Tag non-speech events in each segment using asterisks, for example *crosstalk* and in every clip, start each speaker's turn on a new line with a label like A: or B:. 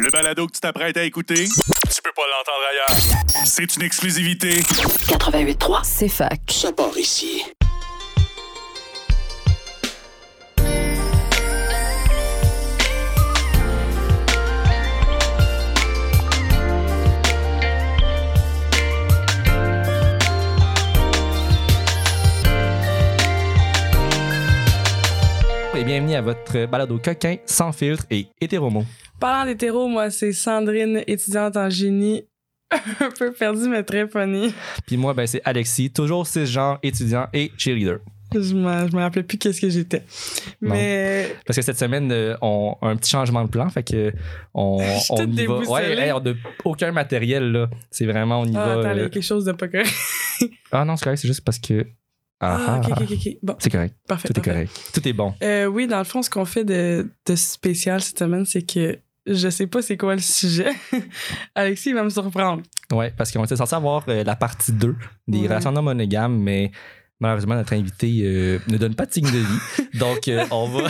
A: Le balado que tu t'apprêtes à écouter, tu peux pas l'entendre ailleurs. C'est une exclusivité.
B: 88.3, c'est fac.
C: Ça part ici.
D: et bienvenue à votre balado coquin, sans filtre et hétéromo.
E: Parlant d'hétéro, moi, c'est Sandrine, étudiante en génie. *laughs* Un peu perdue, mais très funny.
D: Puis moi, ben, c'est Alexis, toujours cisgenre, étudiant et cheerleader.
E: Je m'en- je me rappelais plus qu'est-ce que j'étais.
D: Bon.
E: Mais
D: Parce que cette semaine, euh, on a un petit changement de plan, fait que euh, on,
E: *laughs* Je suis
D: on
E: toute
D: y va.
E: déboussolée.
D: Ouais, hey, on a aucun matériel, là. C'est vraiment, on y
E: ah,
D: va.
E: attends, il y
D: euh,
E: a quelque chose de pas correct.
D: Ah non, c'est correct, c'est juste parce que. Ah,
E: Ah, ok,
D: ah,
E: ok, ok, ok. Bon,
D: C'est correct,
E: parfait.
D: tout est
E: parfait.
D: correct. Tout est bon.
E: Euh, oui, dans le fond, ce qu'on fait de, de spécial cette semaine, c'est que je sais pas c'est quoi le sujet. *laughs* Alexis il va
D: *laughs*
E: me surprendre.
D: Ouais, parce qu'on était censé avoir euh, la partie 2 des
E: Ouais.
D: relations non monogames, mais malheureusement, notre invité euh, ne donne pas de signe de
E: *laughs*
D: vie. Donc, euh, on va.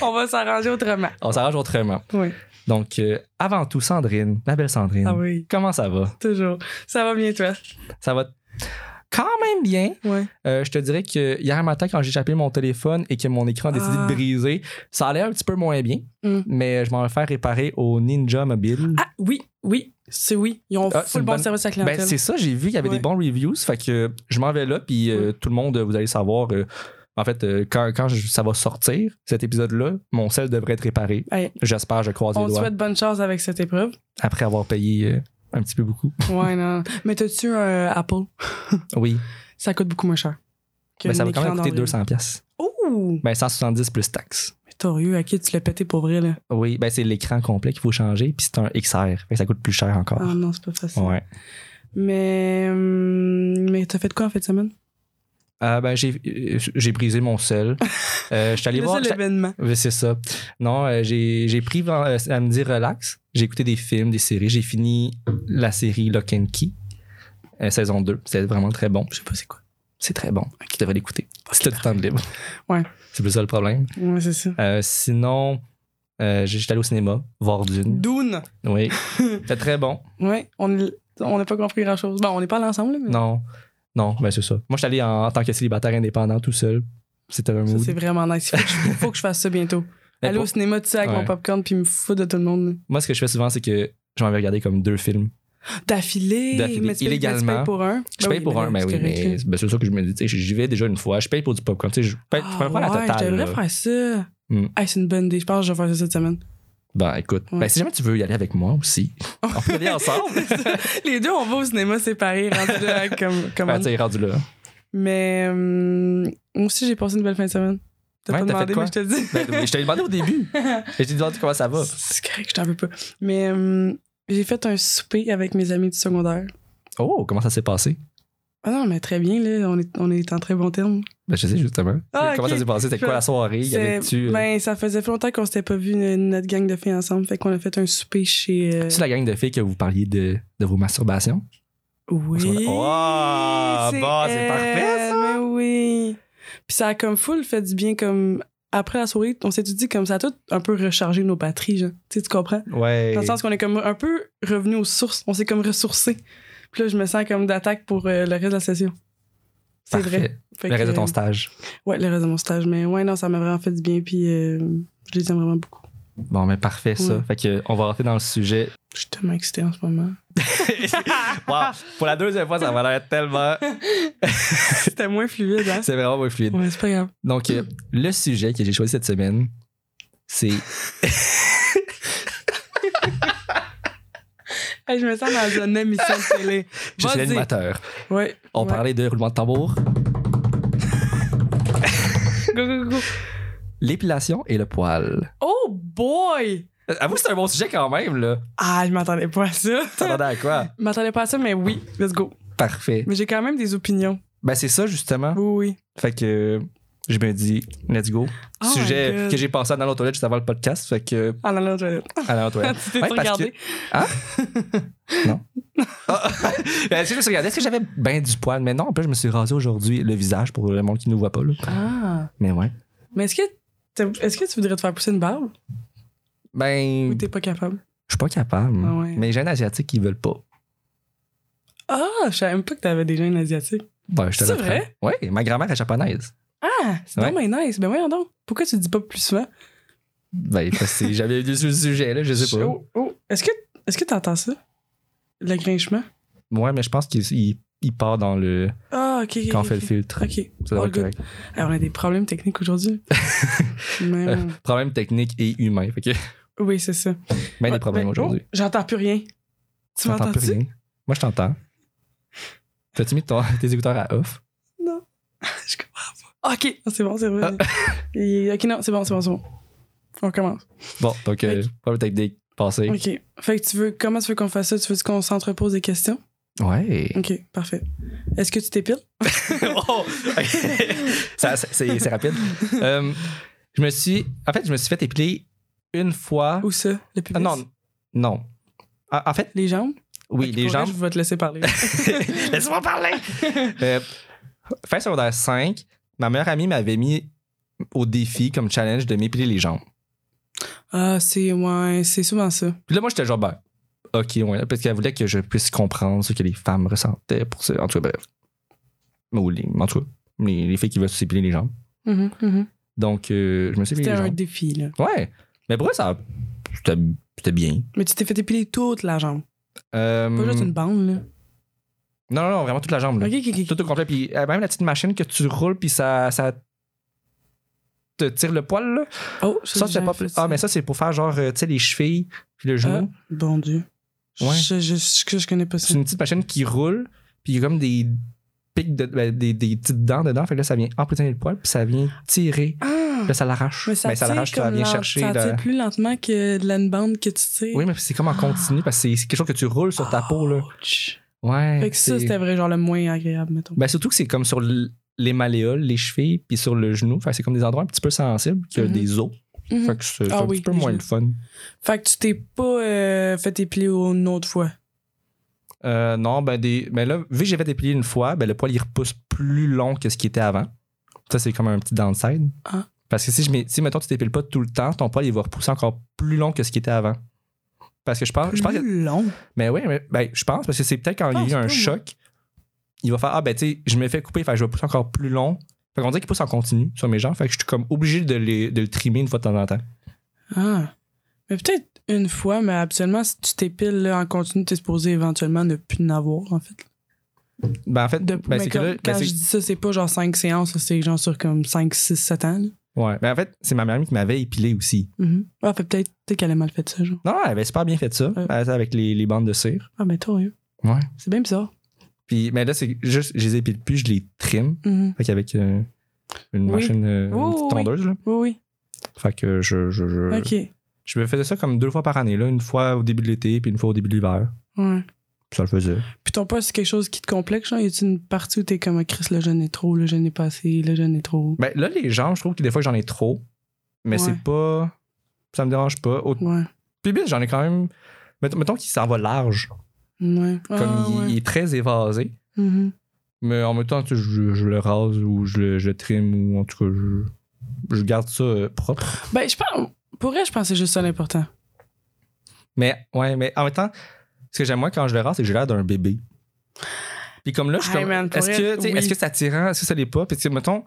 E: On va s'arranger autrement.
D: on s'arrange autrement.
E: Oui.
D: Donc, euh, avant tout, Sandrine, la belle Sandrine,
E: Ah oui,
D: comment ça va?
E: toujours. Ça va bien, toi?
D: Ça va quand même bien.
E: Ouais.
D: Euh, je te dirais que hier matin, quand j'ai échappé mon téléphone et que mon écran a décidé
E: Ah.
D: de briser, ça allait un petit peu moins bien,
E: Mm.
D: mais je m'en vais faire réparer au Ninja Mobile.
E: Ah, oui, oui, c'est oui. Ils ont
D: Ah, c'est
E: full
D: une
E: bon
D: bonne-
E: service à la
D: Ben,
E: clientèle.
D: c'est ça, j'ai vu qu'il y avait
E: Ouais.
D: des bons reviews, fait que je m'en vais là, puis euh, tout le monde, vous allez savoir, euh, en fait, euh, quand, quand je- ça va sortir, cet épisode-là, mon sel devrait être réparé.
E: Hey.
D: J'espère, je croise
E: On
D: les
E: te
D: doigts,
E: souhaite bonne chance avec cette épreuve.
D: après avoir payé euh, un petit peu beaucoup.
E: Ouais, non. Mais t'as-tu un Apple?
D: Oui,
E: Ça coûte beaucoup moins cher. que
D: mais ça
E: un
D: va quand même
E: écran
D: coûter
E: d'ordi.
D: 200$. piastres.
E: Ouh!
D: Ben 170 plus taxes.
E: Mais torieux, à qui tu l'as pété pour vrai, là?
D: Oui, ben c'est l'écran complet qu'il faut changer, puis c'est un XR. Fait que ça coûte plus cher encore.
E: Ah non, c'est pas facile.
D: Bah. Ouais.
E: Mais. hum, mais t'as fait quoi en fin de semaine?
D: Ah, ben j'ai euh, j'ai brisé mon
E: *laughs*
D: sel. Euh, je suis allé
E: Le
D: voir.
E: seul
D: j'étais-
E: événement.
D: Ouais, C'est ça. Non, euh, j'ai j'ai pris euh, samedi relax. J'ai écouté des films, des séries. J'ai fini la série Lock and Key, euh, saison 2. C'était vraiment très bon.
E: Je sais pas c'est quoi.
D: C'est très bon. Tu devrais l'écouter. C'était du temps de libre.
E: Ouais.
D: C'est plus ça le problème.
E: Ouais, c'est ça.
D: Euh, sinon, euh, j'ai- j'étais allé au cinéma, voir
E: *laughs*
D: Dune.
E: Dune!
D: Oui. C'était très bon.
E: Ouais, on l- on n'a pas compris grand chose. Bon, on n'est pas allés ensemble, là, mais.
D: Non. Non, ben c'est ça. Moi, je suis allé en, en tant que célibataire indépendant tout seul. C'était un
E: Ça,
D: mood.
E: c'est vraiment nice. Faut que, je, faut que je fasse ça bientôt.
D: *laughs* Mais
E: Aller
D: pour-
E: au cinéma, tu sais, avec
D: Ouais.
E: mon popcorn, puis me foutre de tout le monde.
D: Moi, ce que je fais souvent, c'est que je m'en vais regarder comme deux films. D'affilée,
E: D'affilée, mais tu payes- mais tu
D: illégalement.
E: payes pour un.
D: Je
E: Ben
D: paye
E: oui,
D: pour
E: ben
D: un, mais oui,
E: c'est correct, là.
D: mais ben, c'est ça que je me dis. tu sais, J'y vais déjà une fois. Je paye pour du popcorn. Tu sais, je paye je peux me prendre
E: Ah ouais,
D: la totale.
E: Je devrais
D: là.
E: faire ça.
D: Hmm.
E: Hey, c'est une bonne idée. Je pense que je vais faire ça cette semaine. *laughs*
D: Ben écoute,
E: Ouais.
D: ben, si jamais tu veux y aller avec moi aussi, on peut y aller
E: *laughs*
D: ensemble.
E: Les deux, on va au cinéma séparés,
D: *laughs*
E: rendu là, comme, comme
D: ben, tu sais, rendu là.
E: Mais hum, moi aussi, j'ai passé une belle fin de semaine. T'as
D: Ouais,
E: pas
D: t'as fait
E: demandé,
D: quoi?
E: mais je te dis.
D: Ben, oui, je t'avais demandé au
E: *laughs*
D: début. Et je t'ai demandé comment ça va.
E: C'est correct, je t'en veux pas. Mais hum, j'ai fait un souper avec mes amis du secondaire.
D: Oh, comment ça s'est passé?
E: Ah non, mais très bien, là. On est, on est en très bon terme.
D: Ben, je sais justement.
E: Ah,
D: comment
E: ok.
D: ça s'est passé? C'était
E: Je-
D: quoi la soirée? Y avait-tu. euh,
E: Ben, ça faisait longtemps qu'on s'était pas vu une- notre gang de filles ensemble. Fait qu'on a fait un souper chez. euh,
D: C'est la gang de filles que vous parliez de, de vos masturbations?
E: Oui.
D: Ah, Oh, bah, c'est
E: elle,
D: parfait,
E: Mais oui. Puis ça a comme full fait du bien comme après la soirée, on s'est tout dit comme ça a tout un peu rechargé nos batteries, genre. Tu sais, tu comprends?
D: Ouais.
E: Dans le sens qu'on est comme un peu revenu aux sources, on s'est comme ressourcé. Puis là, je me sens comme d'attaque pour euh, le reste de la session. C'est
D: Parfait.
E: vrai. Fait
D: Le
E: que,
D: reste de ton
E: euh,
D: stage.
E: Ouais, le reste de mon stage. Mais ouais, non, ça m'a vraiment fait du bien. Puis euh, je les aime vraiment beaucoup.
D: Bon, mais parfait, ça.
E: Ouais.
D: Fait que, euh, on va rentrer dans le
E: *laughs*
D: sujet.
E: Je suis tellement excitée en ce
D: *laughs*
E: moment.
D: Wow. Pour la deuxième fois, ça va l'air tellement.
E: C'était moins fluide, hein?
D: C'est vraiment moins fluide.
E: Ouais, c'est pas grave.
D: Donc, euh, le sujet que j'ai choisi cette semaine,
E: *laughs*
D: c'est.
E: Hey, je me sens dans une émission de télé.
D: Je suis
E: Vas-y.
D: l'animateur.
E: Ouais.
D: *laughs* On
E: ouais.
D: parlait de roulement de tambour,
E: Go, go, go.
D: l'épilation et le poil.
E: Oh boy!
D: Euh, Avoue, c'est un bon sujet quand même, là.
E: Ah, je m'attendais pas à ça.
D: T'attendais à
E: *laughs*
D: quoi?
E: Je m'attendais pas à ça, mais oui, let's go.
D: Parfait.
E: Mais j'ai quand même des opinions.
D: Ben, c'est ça, justement.
E: Oui, oui.
D: Fait que. euh, Je me dis, let's go.
E: Oh my
D: sujet
E: God.
D: que j'ai pensé dans l'autre juste avant le podcast. Fait que. euh,
E: Ah non, non, toilette.
D: Allez, Antoine.
E: *laughs* tu t'es
D: Ouais, parce
E: regardé.
D: Ah, ben, si je me suis regardé, est-ce que j'avais bien du poil? Mais non, en plus, je me suis rasé aujourd'hui le visage pour le monde qui ne nous voit pas. Là.
E: Ah.
D: Mais ouais.
E: Mais est-ce que, t'as- est-ce que tu voudrais te faire pousser une barbe
D: Ben,
E: ou t'es pas capable?
D: je Je suis pas capable. moi.
E: Ah ouais.
D: Mais les jeunes asiatiques, ils veulent pas.
E: Ah, je savais même pas que t'avais des jeunes asiatiques.
D: Ben, je te
E: C'est
D: l'apprends.
E: vrai?
D: Ouais, ma grand-mère est japonaise.
E: Ah, c'est
D: Ouais.
E: donc ben nice. Ben voyons donc. Pourquoi tu le dis pas plus souvent?
D: Ben, parce
E: *laughs*
D: que j'avais eu sur le sujet, là, je sais pas.
E: Oh, oh. Est-ce que est-ce que t'entends ça? Le grinchement?
D: Ouais, mais je pense qu'il il- il part dans le.
E: Ah, ok. ok,
D: Quand on fait le
E: ok.
D: filtre.
E: Ok.
D: Ça doit
E: All
D: être
E: good.
D: correct.
E: Ah, on a des problèmes techniques aujourd'hui.
D: *laughs*
E: Mais, euh,
D: Problème technique et humain. Fait que, *laughs*
E: oui, c'est ça.
D: ben,
E: Ouais,
D: des problèmes
E: mais-
D: aujourd'hui.
E: oh, J'entends plus rien. Tu
D: T'entends
E: m'entends-tu?
D: plus rien. Moi, je t'entends. T'as-tu mis ton- tes écouteurs à off?
E: Non. je comprends pas. Ok, Ah, c'est bon, c'est vrai.
D: Ah.
E: Et- ok, non, c'est bon, c'est bon, c'est bon. On commence.
D: Bon, donc, euh, problème technique passé.
E: Ok. Fait que tu veux, comment tu veux qu'on fasse ça? Tu veux qu'on s'entrepose des questions?
D: Ouais.
E: Ok, parfait. Est-ce que tu t'épiles?
D: Oh! Ça- ça- c'est c'est
E: *laughs*
D: rapide. Euh, je me suis. En fait, je me suis fait épiler une fois.
E: Ou ça? Le pubis?
D: Ah, non. Non. En en fait,
E: Les jambes?
D: oui,
E: Ok,
D: les
E: pour vrai,
D: jambes.
E: Je vais te laisser parler. *laughs*
D: Laisse-moi parler. euh, fin secondaire 5, ma meilleure amie m'avait mis au défi comme challenge de m'épiler les jambes.
E: ah, c'est, ouais, c'est souvent ça.
D: Puis là, moi, j'étais genre, ben, ok, ouais, parce qu'elle voulait que je puisse comprendre ce que les femmes ressentaient pour ça. En tout cas, bref. Ou les, en tout cas, les, les filles qui veulent s'épiler les jambes.
E: Mhm, mhm.
D: Donc, euh, je me suis épilé
E: C'était
D: les
E: un
D: jambes.
E: défi, là.
D: Ouais. Mais pour eux, ça. C'était c'était bien.
E: Mais tu t'es fait épiler toute la jambe.
D: Euh,
E: Pas juste une bande, là.
D: Non, non, non, vraiment toute la jambe. Là.
E: Ok, ok, ok.
D: Tout au complet. Puis euh, même la petite machine que tu roules, puis ça, ça te tire le poil, là.
E: Oh,
D: Ça,
E: j'ai
D: c'est pas
E: jamais fait
D: Ah, mais ça, c'est pour faire genre, euh, tu sais, les chevilles, puis le
E: Ah.
D: genou.
E: Bon Dieu.
D: Ouais.
E: Je, je, je, je connais pas ça.
D: C'est une petite machine qui roule, puis il y a comme des pics, de, ben, des, des petites dents dedans. Fait que là, ça vient empoisonner le poil, puis ça vient tirer.
E: Ah!
D: Là, ça l'arrache.
E: Mais ça,
D: Ben, ça
E: tire
D: l'arrache, ça
E: comme
D: vient
E: lent-
D: chercher.
E: Ça
D: la-
E: tire plus lentement que de la bande que tu tires.
D: Oui, mais c'est comme en continu, parce que c'est- c'est quelque chose que tu roules sur ta peau, là.
E: Ouch.
D: Ouais.
E: Ah. Fait que ça,
D: c'est-
E: c'était vrai, genre le moins agréable, mettons.
D: Ben, surtout que c'est comme sur l- les malléoles, les chevilles, puis sur le genou. Fait que c'est comme des endroits un petit peu sensibles, qu'il y a
E: Mhm.
D: des os.
E: Mhm.
D: Fait que c'est c'est
E: Ah
D: un
E: oui,
D: petit peu
E: les
D: moins
E: genoux.
D: le fun.
E: Fait que tu t'es pas euh, fait épiler une autre fois.
D: Euh, non, ben, des, ben là, vu que j'avais déplié une fois, ben le poil il repousse plus long que ce qui était avant. Ça, c'est comme un petit downside.
E: Ah.
D: Parce que si, je mets, si mettons, tu t'épiles pas tout le temps, ton poil il va repousser encore plus long que ce qui était avant. Parce que je pense, je pense que-
E: Plus long.
D: Mais oui, mais- ben, je pense, parce que c'est peut-être quand
E: Je
D: il y a eu
E: pense
D: un
E: pas,
D: choc, il va faire Ah, ben, tu sais, je me fais couper, fait que je vais pousser encore plus long. Fait qu'on dirait qu'il pousse en continu sur mes jambes. Fait que je suis comme obligé de, les- de le trimer une fois de temps en temps.
E: Ah. Mais peut-être une fois, mais absolument, si tu t'épiles là, en continu, t'es supposé éventuellement ne plus en avoir, en fait.
D: Ben, en fait,
E: De-
D: ben,
E: mais
D: c'est que
E: comme-
D: là, ben,
E: quand
D: c'est-
E: je dis ça, c'est pas genre 5 séances, là, c'est genre sur comme 5, 6, 7 ans. là.
D: ouais. Ben, en fait, c'est ma mère qui m'avait épilé aussi.
E: Mhm. Ah, fait peut-être peut-être qu'elle a mal fait ça, genre.
D: Non, elle avait super bien fait ça,
E: Ouais.
D: elle- avec les, les bandes de cire.
E: Ah, ben, toi,
D: Ouais.
E: C'est bien bizarre.
D: Puis, mais là, c'est juste, je les épile plus, je les trim.
E: Mhm.
D: Fait qu'avec euh, une
E: Oui.
D: machine, euh, une
E: Oui,
D: petite
E: oui,
D: tondeuse, là.
E: Oui,
D: Fait que je, je, je,
E: oui. Ok.
D: je me faisais ça comme deux fois par année, là. Une fois au début de l'été, puis une fois au début de l'hiver.
E: Ouais.
D: Puis ça le faisait.
E: Puis ton poste, c'est quelque chose qui te complexe, genre? Y a-tu une partie où t'es comme, Ah, Chris, le jeune est trop, le jeune est pas assez, le jeune est trop.
D: Ben, là, les jambes, je trouve que des fois, j'en ai trop. Mais
E: Ouais.
D: c'est pas. Ça me dérange pas. Au
E: Ouais.
D: pubis, j'en ai quand même. Mettons, mettons qu'il s'en va large.
E: Ouais.
D: Comme
E: Ah,
D: il,
E: ouais.
D: il est très évasé.
E: Mhm.
D: Mais en même temps, tu sais, je, je le rase ou je le, je le trim ou en tout cas, je, je garde ça euh, propre.
E: Ben, je pense. Pour vrai, je pense que c'est juste ça l'important.
D: Mais ouais, mais en même temps, ce que j'aime moins quand je le rase, c'est que j'ai l'air d'un bébé. Puis comme là, je suis
E: Hey,
D: comme,
E: man, pour
D: est-ce
E: vrai,
D: que, tu sais,
E: oui.
D: est-ce que c'est attirant, est-ce que ça l'est pas? Puis tu sais, mettons,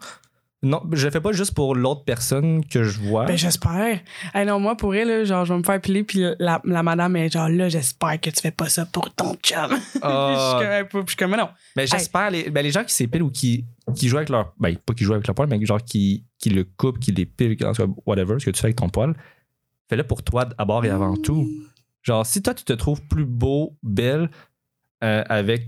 D: non, je le fais pas juste pour l'autre personne que je vois.
E: Ben, j'espère. Hey, non, moi, pour elle, là, genre, je vais me faire piler, puis la, la madame est genre, là, j'espère que tu fais pas ça pour ton chum. *laughs* Puis *laughs* je
D: Ah.
E: suis comme, Hey, puis je suis comme, mais non.
D: mais j'espère les, ben, les gens qui s'épilent ou qui, qui jouent avec leur, ben pas qui jouent avec leur poil, mais genre qui, qui le coupent, qui l'épilent, en tout cas, whatever, ce que tu fais avec ton poil, fais-le pour toi d'abord et
E: Mmh.
D: avant tout. Genre, si toi, tu te trouves plus beau, belle, euh, avec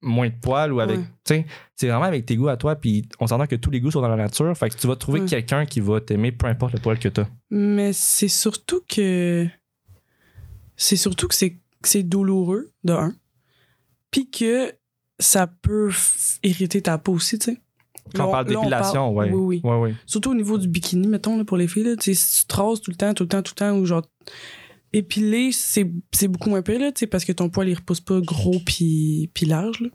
D: moins de poils ou avec.
E: Ouais.
D: Tu sais, c'est vraiment avec tes goûts à toi. Puis on s'entend que tous les goûts sont dans la nature. Fait que tu vas trouver
E: Ouais.
D: quelqu'un qui va t'aimer, peu importe le poil que t'as.
E: Mais c'est surtout que. C'est surtout que c'est, que c'est douloureux, de un. Puis que ça peut f- irriter ta peau aussi, tu sais. Là,
D: Quand on parle
E: là,
D: d'épilation,
E: parle-
D: ouais.
E: Oui, oui.
D: Ouais, ouais.
E: Surtout au niveau du bikini, mettons, là, pour les filles, là, tu sais, si tu te rases tout le temps, tout le temps, tout le temps, ou genre. Épiler, c'est, c'est beaucoup moins pire, là, tu sais, parce que ton poil, il repousse pas gros puis puis large, là.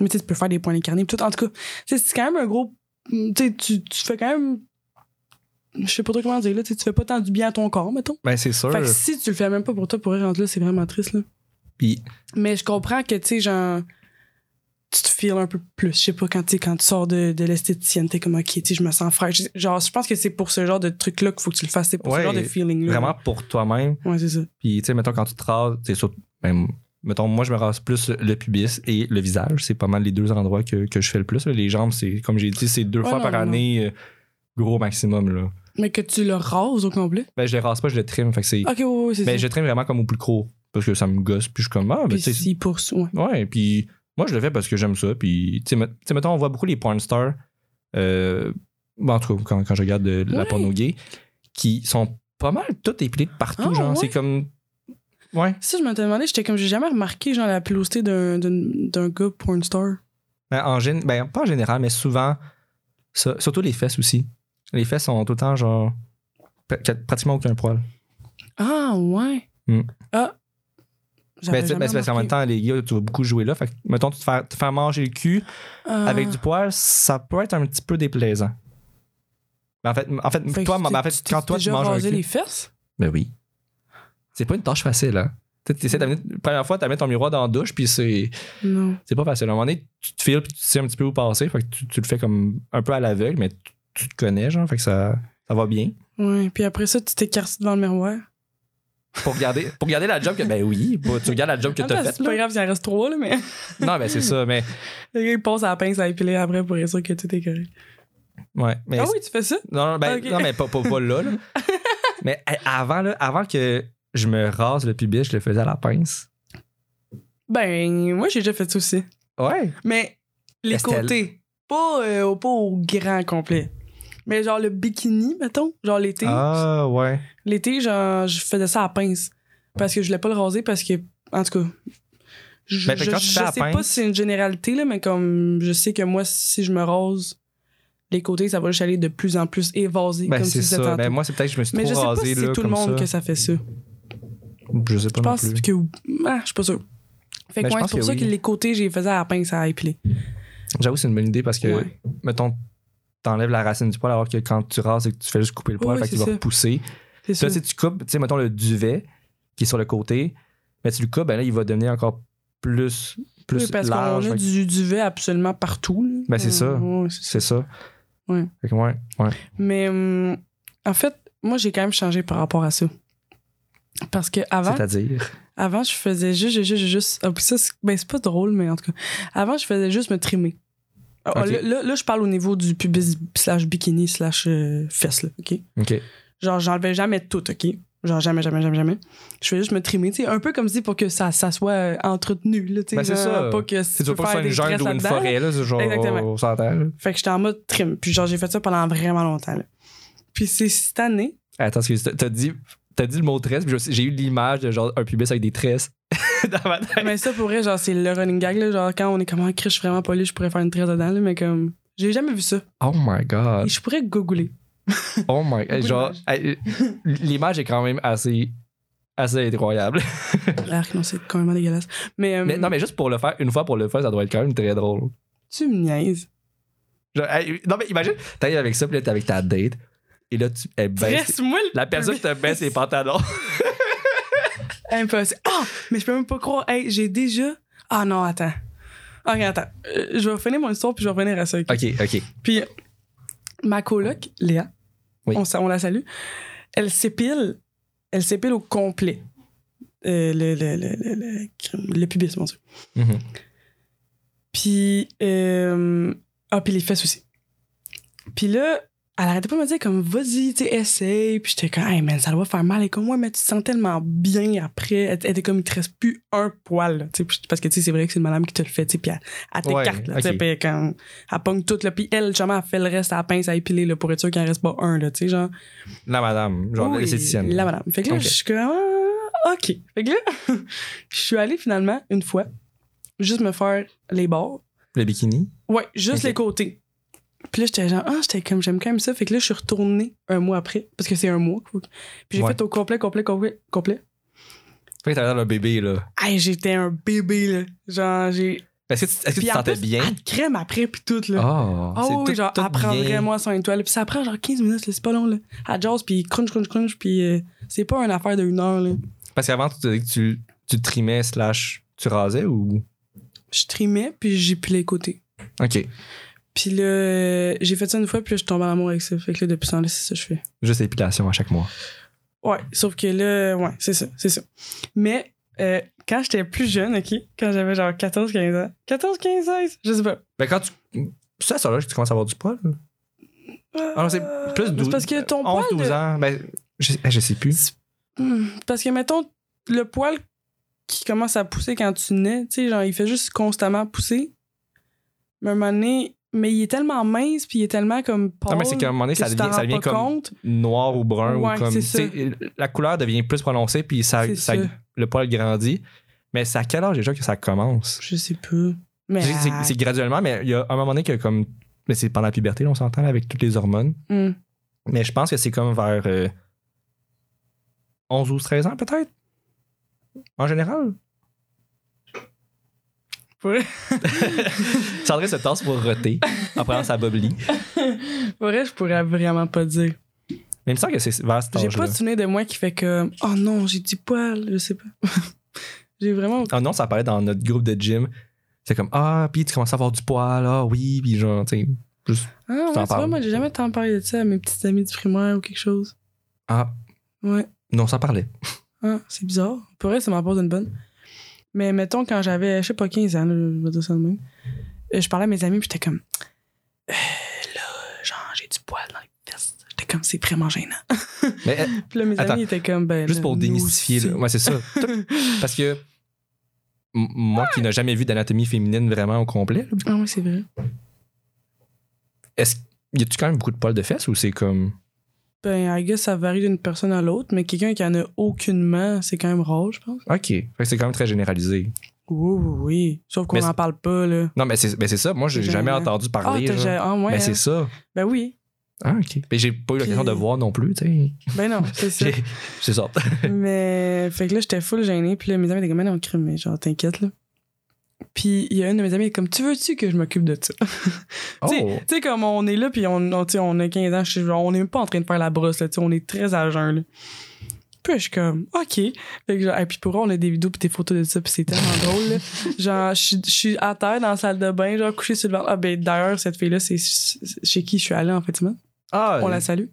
E: Mais tu sais, tu peux faire des points incarnés, pis tout. En tout cas, tu sais, c'est quand même un gros. Tu sais, tu, tu fais quand même je sais pas trop comment dire, là, tu sais, tu fais pas tant du bien à ton corps, mettons.
D: Ben, c'est sûr.
E: Fait que si tu le fais même pas pour toi, pour rentrer là, c'est vraiment triste, là.
D: Puis,
E: Mais je comprends que, tu sais, genre, tu te files un peu plus. Je sais pas, quand, tu sais, quand tu sors de, de l'esthéticienne, t'es comme, ok, tu sais, je me sens fraîche. Genre, je pense que c'est pour ce genre de truc-là qu'il faut que tu le fasses. C'est pour
D: Ouais,
E: ce genre de feeling-là.
D: vraiment pour toi-même.
E: Ouais, c'est ça.
D: Puis, tu sais, mettons, quand tu te rases, c'est sûr. ben, mettons, moi, je me rase plus le pubis et le visage. C'est pas mal les deux endroits que, que je fais le plus. là. Les jambes, c'est, comme j'ai dit, c'est deux
E: Ouais,
D: fois
E: non,
D: par
E: non, non.
D: année, euh, gros maximum, là.
E: Mais que tu le rases au complet.
D: Ben, je les rase pas, je les trim. Fait que c'est.
E: Ok, ouais, ouais, Ah, c'est
D: Mais
E: ça.
D: ben, je trim vraiment comme au plus court. Parce que ça me gosse. Puis je suis comme, ah, ben,
E: Puis
D: tu sais,
E: si pour ouais.
D: Ouais, puis moi, je le fais parce que j'aime ça. Puis, tu sais, met- tu sais, mettons, on voit beaucoup les porn stars, euh, bon, en tout cas, quand, quand je regarde de la
E: Ouais.
D: porno gay, qui sont pas mal toutes épilées de partout.
E: Ah,
D: genre,
E: ouais.
D: c'est comme. Ouais.
E: Ça, je me demandais, j'étais comme, j'ai jamais remarqué, genre, la pilosité d'un d'un- d'un gars porn star.
D: Ben, en gén- ben, pas en général, mais souvent, ça- surtout les fesses aussi. Les fesses sont tout le temps, genre, pr- pr- pratiquement aucun poil.
E: Ah, ouais.
D: Hmm.
E: Ah.
D: Mais
E: J'avais
D: Ben, c'est
E: jamais
D: parce qu'en même
E: remarqué.
D: temps, les gars, tu vas beaucoup jouer là. Fait que, mettons, tu te fais, te faire manger le cul.
E: Ah.
D: avec du poil, ça peut être un petit peu déplaisant. Mais en fait, en fait,
E: Fait que
D: toi,
E: tu
D: mais en
E: t'es-
D: fait
E: t'es
D: quand toi, tu
E: déjà
D: manges un
E: rasé
D: cul-
E: les fesses?
D: Ben oui. C'est pas une tâche facile, hein. Tu sais, t'essaies d'amener- la première fois, tu mets ton miroir dans la douche, puis c'est
E: Non.
D: c'est pas facile. À un moment donné, tu te files, puis tu sais un petit peu où passer. Fait que tu, tu le fais comme un peu à l'aveugle, mais tu, tu te connais, genre. Fait que ça, ça va bien.
E: Ouais, puis après ça, tu t'écartes devant le miroir.
D: Pour garder, pour garder la job que. Ben oui, pour- tu regardes la job que
E: Ah,
D: t'as
E: ben,
D: faite,
E: C'est pas
D: là.
E: grave s'il en reste trois, là, mais *laughs*
D: Non, ben c'est ça, mais.
E: le gars, il passe à la pince à épiler après pour être sûr que tout est correct.
D: Ouais. Mais
E: Ah oui, tu fais ça?
D: Non, non, ben,
E: Ok.
D: non, mais pas, pas, pas là.
E: *laughs*
D: là. mais eh, avant, là, avant que je me rase le pubis, je le faisais à la pince.
E: Ben, moi, j'ai déjà fait ça aussi.
D: Ouais.
E: Mais les
D: Estelle.
E: côtés. Pas, euh, au- pas au grand complet. Mais genre le bikini, mettons. Genre l'été.
D: Ah, ouais.
E: L'été, genre, je faisais ça à pince. Parce que je voulais pas le raser parce que, en tout cas. Je,
D: Ben, fait que
E: je-
D: quand tu
E: je
D: fais à
E: sais pas
D: pince-
E: si c'est une généralité, là, mais comme je sais que moi, si je me rase les côtés, ça va juste aller de plus en plus évasé.
D: Ben,
E: comme
D: c'est
E: si c'était
D: ça.
E: tantôt.
D: Ben, moi, c'est peut-être que je me suis
E: mais je sais
D: trop
E: pas
D: rasé,
E: si
D: là,
E: c'est tout le
D: comme
E: monde
D: ça.
E: que ça fait ça.
D: Je sais pas
E: Je
D: non
E: pense
D: plus.
E: que. Ah, je suis pas sûre. Fait que,
D: Ben, je
E: ouais,
D: pense
E: c'est pour
D: que
E: ça
D: oui.
E: que les côtés, j'ai faisais à la pince à épiler.
D: J'avoue, c'est une bonne idée parce que,
E: Ouais.
D: mettons, t'enlèves la racine du poil alors que quand tu rases et que tu fais juste couper le poil,
E: Oui,
D: fait qu'il
E: c'est
D: va
E: ça.
D: repousser.
E: C'est
D: Là,
E: sûr.
D: si tu coupes, tu sais, mettons le duvet qui est sur le côté, mais tu le coupes, ben là, il va devenir encore plus, plus
E: Oui, parce
D: large.
E: qu'on
D: Fait
E: a
D: que
E: du duvet absolument partout. là.
D: Ben, c'est ça.
E: Ouais, c'est ça.
D: C'est ça.
E: Ouais.
D: Fait que, ouais, ouais.
E: Mais hum, en fait, moi, j'ai quand même changé par rapport à ça. Parce que avant,
D: C'est-à-dire.
E: avant je faisais juste, juste, juste, juste. ah, puis ça, c'est ben, c'est pas drôle, mais en tout cas. Avant, je faisais juste me trimer. Ah, ah,
D: Ok.
E: Là, là- là, je parle au niveau du pubis slash bikini slash euh, fesse, là, OK?
D: OK.
E: Genre, j'enlevais jamais tout, OK? Genre, jamais, jamais, jamais, jamais. Je faisais juste me trimer, tu sais, un peu comme si pour que ça, ça soit euh, entretenu, là, tu sais.
D: Ben, c'est
E: genre,
D: ça.
E: Pas que si
D: Tu veux pas
E: peux
D: que ce soit
E: faire
D: une
E: des
D: jungle
E: tresses
D: ou une
E: là-dedans,
D: forêt, là, c'est genre,
E: Exactement.
D: on s'entend. là.
E: Fait que j'étais en mode trim. Puis genre, j'ai fait ça pendant vraiment longtemps. là. Puis c'est cette année.
D: Attends, excuse, t'as- t'as dit, t'as dit le mot tresse, puis j'ai- j'ai eu l'image de genre un pubis avec des tresses *laughs* dans ma tête.
E: Mais ça, pour vrai, genre, c'est le running gag. Là. Genre, quand on est comme, ah, Chris, je suis vraiment poli, je pourrais faire une tresse dedans. Là, mais comme, j'ai jamais vu ça.
D: Oh my
E: Et
D: god.
E: je pourrais googler.
D: Oh my god. Genre, euh, l'image est quand même assez, assez
E: *laughs*
D: incroyable.
E: Alors que non, c'est complètement dégueulasse. Mais, euh,
D: Mais non, mais juste pour le faire, une fois pour le faire, ça doit être quand même très drôle.
E: tu me niaises.
D: Genre, euh, non, mais imagine, t'arrives avec ça, puis là, t'es avec ta date, et là, tu, elle baisse.
E: Tresse-moi le
D: Ben, La personne te baisse les pantalons.
E: Impossible. Ah! mais je peux même pas croire. Hey, j'ai déjà. Ah non, attends. Ok, attends. Euh, je vais finir mon histoire puis je vais revenir à ça. *laughs* ok?
D: OK, OK.
E: Puis ma coloc, Léa,
D: Oui.
E: on, sa- on la salue, elle s'épile, elle s'épile au complet. Euh, le, le, le, le, le- le pubis, mon Dieu.
D: Mhm.
E: Mm-hmm. Puis, euh, ah, puis les fesses aussi. Puis là, elle arrêtait pas de me dire comme, vas-y, tu sais, essaye. Puis j'étais comme, hey man, ça doit faire mal. Et comme, ouais, mais tu te sens tellement bien après. Elle elle était comme, il te reste plus un poil. là. Tu sais, puis- Parce que, tu sais, c'est vrai que c'est une madame qui te le fait, tu sais, puis elle, elle
D: Ouais,
E: t'écarte. là, tu sais,
D: ok.
E: Puis quand elle pogne tout, là, puis elle, justement, elle fait le reste à la pince à épiler là, pour être sûr qu'il en reste pas un, là, tu sais, genre.
D: La madame, genre
E: Oui,
D: l'esthéticienne.
E: La madame. Fait que là,
D: Ok.
E: je suis comme, ah, OK. Fait que là, *laughs* je suis allée finalement, une fois, juste me faire les bords.
D: Le bikini.
E: Ouais, juste
D: Ok.
E: les côtés. Puis là, j'étais genre, ah, j'étais comme, j'aime quand même ça. Fait que là, je suis retournée un mois après, parce que c'est un mois. qu'il faut que- Puis j'ai
D: Ouais.
E: fait au complet, complet, complet, complet.
D: Fait que t'as l'air d'un bébé, là.
E: Hey, j'étais un bébé, là. Genre, j'ai.
D: Est-ce que tu, est-ce que tu
E: Puis
D: te
E: en
D: sentais
E: plus,
D: bien?
E: elle te crème après, puis tout, là.
D: Ah,
E: Ah
D: c'est
E: oui,
D: tout-
E: genre,
D: tout
E: elle prend
D: bien.
E: vraiment soin de toi. là. Puis ça prend genre 15 minutes, là, c'est pas long. Là. Elle jase, puis crunch, crunch, crunch, puis euh, c'est pas une affaire de une heure. Là.
D: Parce qu'avant, tu, te- tu, tu trimais, slash, tu rasais ou.
E: Je trimais, puis j'ai pu les côtés.
D: Ok.
E: Puis là, euh, j'ai fait ça une fois, puis là, je tombe en amour avec ça. Fait que là, depuis ça, là, c'est ça que je fais.
D: Juste l'épilation à chaque mois.
E: Ouais, sauf que là, ouais, c'est ça, c'est ça. Mais euh, quand j'étais plus jeune, OK, quand j'avais genre 14, 15 ans, 14, 15, 16, je sais pas.
D: Ben quand tu. C'est à ça, là, que tu commences à avoir du poil. Ah non, c'est plus
E: Euh,
D: 12.
E: parce que ton
D: 11,
E: poil
D: 12
E: de-
D: ans. Ben, je, eh, je sais plus.
E: Hmm, Parce que, mettons, le poil qui commence à pousser quand tu nais, tu sais, genre, il fait juste constamment pousser. Mais à un moment donné, mais il est tellement mince, puis il est tellement comme pâle.
D: Non, mais c'est qu'à un moment donné,
E: que
D: ça
E: tu t'en
D: devient, ça
E: rends
D: devient
E: pas
D: comme
E: compte.
D: noir ou brun.
E: Ouais,
D: ou comme,
E: c'est ça.
D: tu sais, La couleur devient plus prononcée, puis ça,
E: C'est
D: ça-
E: ça.
D: le poil grandit. Mais c'est à quel âge déjà que ça commence?
E: Je sais pas. Mais.
D: C'est- C'est c'est graduellement, mais il y a un moment donné que comme. Mais c'est pendant la puberté, là, on s'entend, là, avec toutes les hormones.
E: Hmm.
D: Mais je pense que c'est comme vers euh, 11 ou 13 ans, peut-être. En général.
E: Pour vrai,
D: *laughs* Sandrine se tasse pour roter en prenant sa boblie.
E: pour vrai, je pourrais vraiment pas dire.
D: Mais il me semble que c'est vers cet
E: J'ai
D: âge-là.
E: pas de souvenir de moi qui fait comme Oh non, j'ai du poil, je sais pas. *laughs* j'ai vraiment.
D: Ah non, ça apparaît dans notre groupe de gym. C'est comme Ah, puis tu commences à avoir du poil, ah oui, puis genre, tu sais, juste
E: Ah, ouais,
D: t'en
E: tu vois,
D: parles.
E: moi, j'ai jamais tant parlé de ça à mes petites amies du primaire ou quelque chose.
D: Ah,
E: Ouais.
D: non, ça parlait.
E: Ah, c'est bizarre. Pour vrai, ça m'en pose une bonne. Mais mettons, quand j'avais, je sais pas, 15 ans, là, je vais dire ça de même, euh, je parlais à mes amis, puis j'étais comme, Euh, là, genre, j'ai du poil dans les fesses. J'étais comme, c'est vraiment gênant.
D: Mais euh,
E: Puis là, mes
D: Attends.
E: amis étaient comme, ben.
D: juste
E: là,
D: pour
E: nous
D: démystifier,
E: aussi.
D: là. ouais, c'est ça.
E: *laughs*
D: Tout- Parce que m- moi qui n'ai jamais vu d'anatomie féminine vraiment au complet, là,
E: Ah, oui, c'est vrai.
D: est-ce y a-tu quand même beaucoup de poils de fesses ou c'est comme.
E: Ben, I guess ça varie d'une personne à l'autre, mais quelqu'un qui en a aucunement, c'est quand même rare, je pense.
D: Ok. Fait que c'est quand même très généralisé.
E: Oui, oui, oui. Sauf qu'on
D: Mais
E: n'en
D: c'est-
E: parle pas, là.
D: Non, mais c'est mais c'est ça. Moi, j'ai
E: C'est
D: jamais
E: gênant.
D: entendu
E: Ah,
D: parler.
E: t'as
D: genre.
E: jamais- ah, ouais.
D: mais
E: hein.
D: c'est ça.
E: Ben oui.
D: Ah, ok. Mais j'ai pas eu l'occasion
E: Puis-
D: de voir non plus, tu sais.
E: Ben non,
D: *laughs*
E: c'est ça.
D: J'ai- C'est
E: *laughs*
D: ça.
E: Mais, fait que là, j'étais full gênée. Puis là, mes amis étaient comme, mais non, crime, mais genre, t'inquiète, là. Puis il y a une de mes amies qui est comme, tu veux-tu que je m'occupe de ça? *laughs* Tu sais-
D: Oh.
E: Tu sais, comme on est là, puis on, on, tu sais, on a 15 ans, je suis genre, on est même pas en train de faire la brosse, là, tu sais, on est très à jeun, là. Puis je suis comme, OK. Fait que genre, et puis pour eux, on a des vidéos puis des photos de ça, puis c'est tellement *laughs* drôle, là. Genre, je suis- je suis à terre dans la salle de bain, genre, couché sur le ventre. Ah, ben d'ailleurs, cette fille-là, c'est c'est chez qui je suis allée en fait,
D: Ah,
E: On la salue.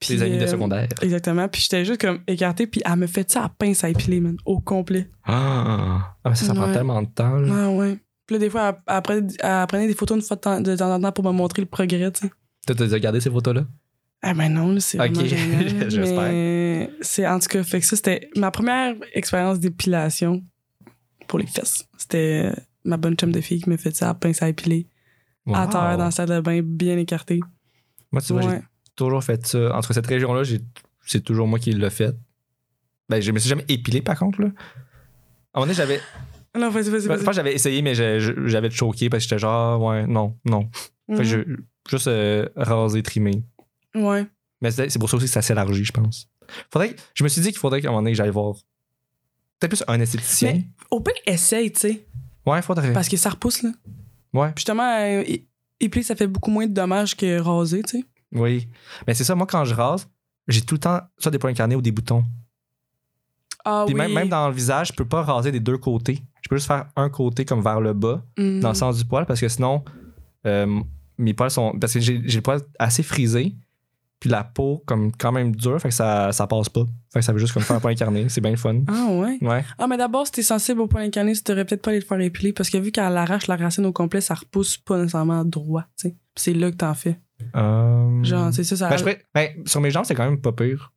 D: les
E: Puis,
D: amis de
E: euh,
D: secondaire.
E: Exactement. Puis j'étais juste comme écartée, puis elle me fait ça à pince à épiler, man, au complet.
D: Ah, ah mais ça, ça prend
E: Ouais.
D: tellement de temps. là.
E: Ah ouais. Puis là, des fois, elle, elle prenait- elle prenait des photos une fois de temps de temps en temps pour me montrer le progrès, tu sais.
D: Toi, t'as déjà regardé ces photos-là?
E: Ah ben non, là, c'est
D: Ok, *laughs*
E: vraiment génial. là,
D: j'espère.
E: mais c'est en tout cas, fait que ça, c'était ma première expérience d'épilation pour les fesses. C'était euh, ma bonne chum de fille qui me fait ça à pince à épiler, à
D: Wow.
E: terre, dans la salle de bain, bien écartée.
D: Moi, tu vois,
E: Ouais.
D: j'ai toujours fait ça. En tout cas, cette région-là, j'ai- c'est toujours moi qui l'ai fait. Ben, je me suis jamais épilé, par contre. Là. À un moment donné, j'avais.
E: Non, vas-y, vas-y,
D: Je pense
E: vas-y.
D: que j'avais essayé, mais j'ai- je- j'avais choqué parce que j'étais genre, ouais, non, non. Fait que
E: Mhm.
D: je- juste euh, rasé, trimé.
E: Mm. Ouais.
D: Mais c'est c'est pour ça aussi que ça s'élargit, je pense. Faudrait, que- je me suis dit qu'il faudrait qu'à un moment donné, j'aille voir. Peut-être plus un esthéticien.
E: Mais- Au pire, essaye, tu sais,
D: Ouais, faudrait.
E: parce que ça repousse, là.
D: Ouais.
E: Justement, euh, é- épiler, ça fait beaucoup moins de dommages que raser, tu sais.
D: Oui. Mais c'est ça, moi, quand je rase, j'ai tout le temps soit des points carnés ou des boutons.
E: Ah
D: Puis même, même dans le visage, je peux pas raser des deux côtés. Je peux juste faire un côté comme vers le bas,
E: Mhm.
D: dans le sens du poil, parce que sinon, euh, mes poils sont. Parce que j'ai j'ai le poil assez frisé, puis la peau comme quand même dure, fait que ça, ça passe pas. Fait que ça veut juste comme faire un point carné, c'est bien le fun.
E: Ah ouais.
D: Ouais.
E: Ah mais d'abord, si t'es sensible au point incarné, tu devrais peut-être pas aller le faire épiler parce que vu qu'elle arrache la racine au complet, ça repousse pas nécessairement droit, tu sais. Puis C'est là que t'en fais.
D: Euh,
E: Genre, c'est ça, ça.
D: ben, je pourrais- ben, sur mes jambes, c'est quand même pas pire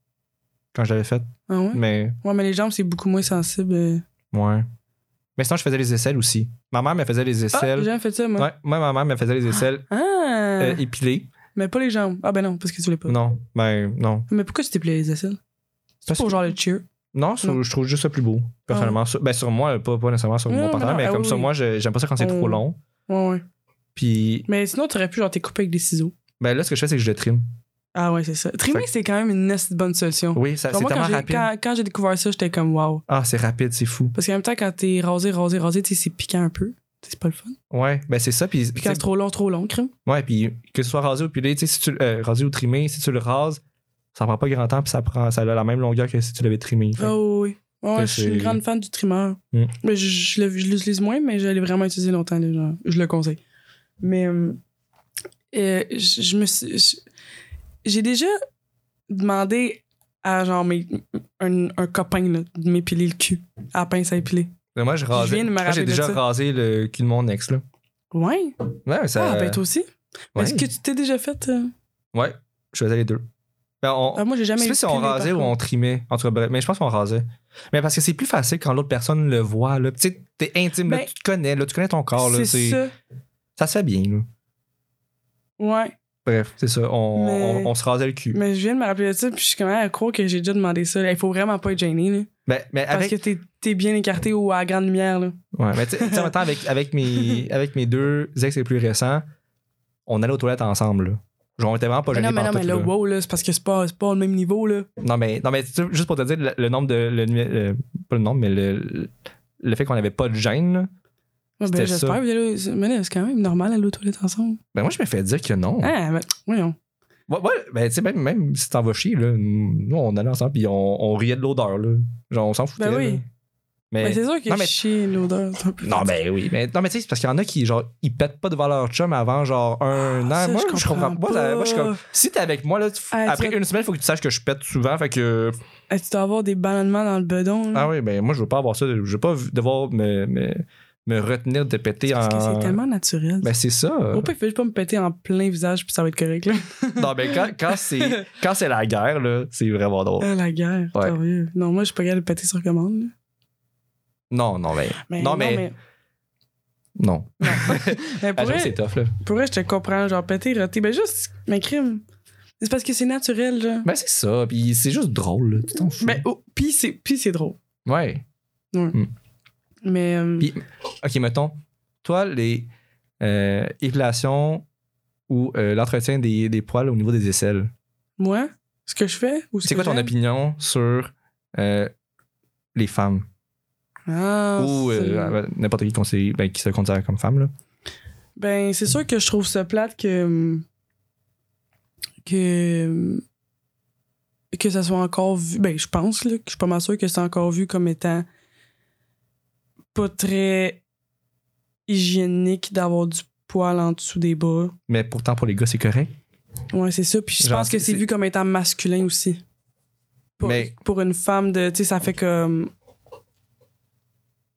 D: quand je l'avais fait.
E: Ah ouais?
D: Mais
E: Ouais, mais les jambes, c'est beaucoup moins sensible. euh.
D: ouais. Mais sinon, je faisais les aisselles aussi. Ma mère me faisait les
E: Ah, j'ai
D: aisselles.
E: jamais fait ça, moi.
D: ouais, moi, ma mère me faisait les aisselles
E: Ah!
D: euh, épilées.
E: Mais pas les jambes. Ah ben non, parce que tu voulais pas.
D: Non, ben non.
E: Mais pourquoi tu t'épilais les aisselles? C'est
D: Parce
E: pour
D: que-
E: genre le cheer.
D: Non, sur-
E: Non.
D: je trouve juste ça plus beau, personnellement. Sur, ben, sur moi, pas, pas nécessairement sur
E: Non,
D: mon
E: mais
D: partenaire,
E: Ah. non,
D: mais,
E: ah
D: comme
E: oui, Mm.
D: ça,
E: oui.
D: moi, je- j'aime pas ça quand c'est
E: On-
D: trop long.
E: Ouais, ouais.
D: Puis,
E: Mais sinon, t'aurais pu genre t'es coupé avec des ciseaux.
D: ben là, ce que je fais, c'est que je le trime.
E: Ah ouais, c'est ça. Trimer, c'est quand même une nasty bonne solution.
D: Oui, ça- c'est
E: Genre, Bah, moi, quand
D: tellement
E: j'ai,
D: rapide.
E: quand, quand j'ai découvert ça, j'étais comme wow.
D: Ah, c'est rapide, c'est fou.
E: Parce qu'en même temps, quand t'es rasé, rasé, rasé, tu sais, c'est piquant un peu. C'est pas le fun.
D: Ouais, ben c'est ça. Puis,
E: Puis quand c'est trop long, trop long, crème.
D: ouais, puis que ce soit rasé ou pilé, tu sais, si tu le- euh, rasé ou trimé, si tu le rases, ça prend pas grand temps, puis ça, prend, ça a la même longueur que si tu l'avais trimé. Fait que-
E: Ah oui. oui. Ouais,
D: Ça,
E: je suis
D: c'est-
E: une grande fan du trimmer.
D: Mm.
E: Mais je, je le- je l'utilise moins, mais je l'ai vraiment utilisé longtemps. là, genre, je le conseille. Mais euh, euh, je, je me suis- je- J'ai déjà demandé à genre mes- un, un copain là, de m'épiler le cul à la pince à épiler.
D: Mais Moi, je rasais.
E: viens de Oh, me
D: moi,
E: rappeler
D: j'ai
E: de
D: déjà
E: ça.
D: rasé le cul de mon ex, là.
E: Ouais.
D: Ouais, mais ça.
E: Ah, ben toi aussi.
D: ouais.
E: Est-ce que tu t'es déjà fait. euh,
D: Ouais, je faisais les deux. Ben, on-
E: ah, moi, j'ai
D: je
E: jamais
D: sais pas si on
E: épilé, par
D: rasait ou on
E: contre.
D: trimait. En tout cas, bref, mais je pense qu'on rasait. Mais parce que c'est plus facile quand l'autre personne le voit, là. Tu sais, t'es intime, là,
E: Ben,
D: tu te connais, là, tu connais ton corps, là.
E: C'est
D: c'est-
E: ça.
D: Ça se fait bien, là.
E: Ouais.
D: Bref, c'est ça. On,
E: Mais-
D: on- on se rasait le cul. Mais,
E: Mais je viens de me rappeler de ça, puis je suis comme ah, à croire que j'ai déjà demandé ça. là. Il faut vraiment pas être gêné. Là.
D: Ben, mais
E: Parce
D: avec.
E: que t'es, t'es bien écarté ou à la grande lumière, là.
D: Ouais, mais tu sais, tu sais, en même temps, avec, avec, mes,
E: *laughs*
D: avec mes deux ex les plus récents, on allait aux toilettes ensemble, là. Genre, on était vraiment pas
E: Mais
D: gênés
E: non, mais non,
D: partout,
E: mais là,
D: là.
E: wow, là, c'est parce que c'est pas, c'est pas le même niveau, là.
D: Non, mais, non, mais tu sais, juste pour te dire, le, le nombre de. Le, numé- euh, pas le nombre, mais le, le fait qu'on n'avait pas de gêne, là,
E: Ouais,
D: C'était
E: ben, j'espère.
D: ça.
E: puis là, c'est- Mais là, c'est quand même normal aller aux toilettes ensemble.
D: ben moi, je me fais dire que non.
E: Ah, ben, voyons.
D: Ouais, ouais, ben tu sais, même, même si t'en vas chier, là, nous, on allait ensemble, puis on, on riait de l'odeur, là. Genre, on s'en foutait.
E: Ben oui.
D: là. Mais.
E: Ben, c'est sûr que
D: Eh, non, mais-
E: chier l'odeur. c'est un peu
D: non, ben oui. Mais, non, mais tu sais, c'est parce qu'il y en a qui, genre, ils pètent pas devant leur chum avant, genre, un
E: Ah,
D: an.
E: ça,
D: moi, je comprends, pas. Moi, ça- moi, je suis comme. Si t'es avec moi, là, tu-
E: Ah, tu
D: après
E: vas-
D: une semaine, faut que tu saches que je pète souvent, fait que.
E: Ah, tu dois avoir des ballonnements dans le bedon, là.
D: Ah oui, ben moi, je veux pas avoir ça. Je veux pas devoir me, me, me retenir de péter
E: Parce
D: en.
E: que c'est tellement naturel.
D: Ben c'est ça.
E: Au pire, il faut juste pas me péter en plein visage, puis ça va être correct, là.
D: non, mais quand, quand
E: *laughs*
D: c'est quand c'est la guerre, là, c'est vraiment drôle.
E: Ah, la guerre.
D: Ouais.
E: sérieux. Non, moi, je suis pas capable de péter sur commande, là.
D: Non, non, mais.
E: Mais
D: non, mais. Non.
E: mais
D: Ah,
E: pour
D: j'avoue,
E: vrai,
D: c'est tough, là.
E: Pour vrai, je te comprends, genre péter, roter. Ben juste, mes crimes. C'est parce que c'est naturel, genre.
D: Ben c'est ça. Puis c'est juste drôle, là. Tu t'en fous.
E: Ben, oh, pis c'est, pis c'est drôle.
D: Ouais.
E: Mais. euh,
D: Pis- Ok, mettons, toi, les euh, épilations ou euh, l'entretien des, des poils au niveau des aisselles,
E: moi, ce que je fais, ou ce
D: c'est
E: que
D: quoi ton
E: j'aime?
D: opinion sur euh, les femmes
E: Ah,
D: ou
E: c'est-
D: euh, n'importe qui qu'on sait- ben, qui se considère comme femme, là?
E: Ben, c'est sûr que je trouve ça plate que. hum, Que. hum, Que ça soit encore vu. Ben, je pense, là, que je suis pas mal sûr que c'est encore vu comme étant pas très hygiénique d'avoir du poil en dessous des bras.
D: Mais pourtant, pour les gars, c'est correct.
E: Ouais, c'est ça. Puis je
D: Genre,
E: pense que
D: c'est-
E: c'est
D: c'est-
E: vu comme étant masculin aussi. Pour,
D: Mais-
E: pour une femme de. Tu sais, ça fait comme.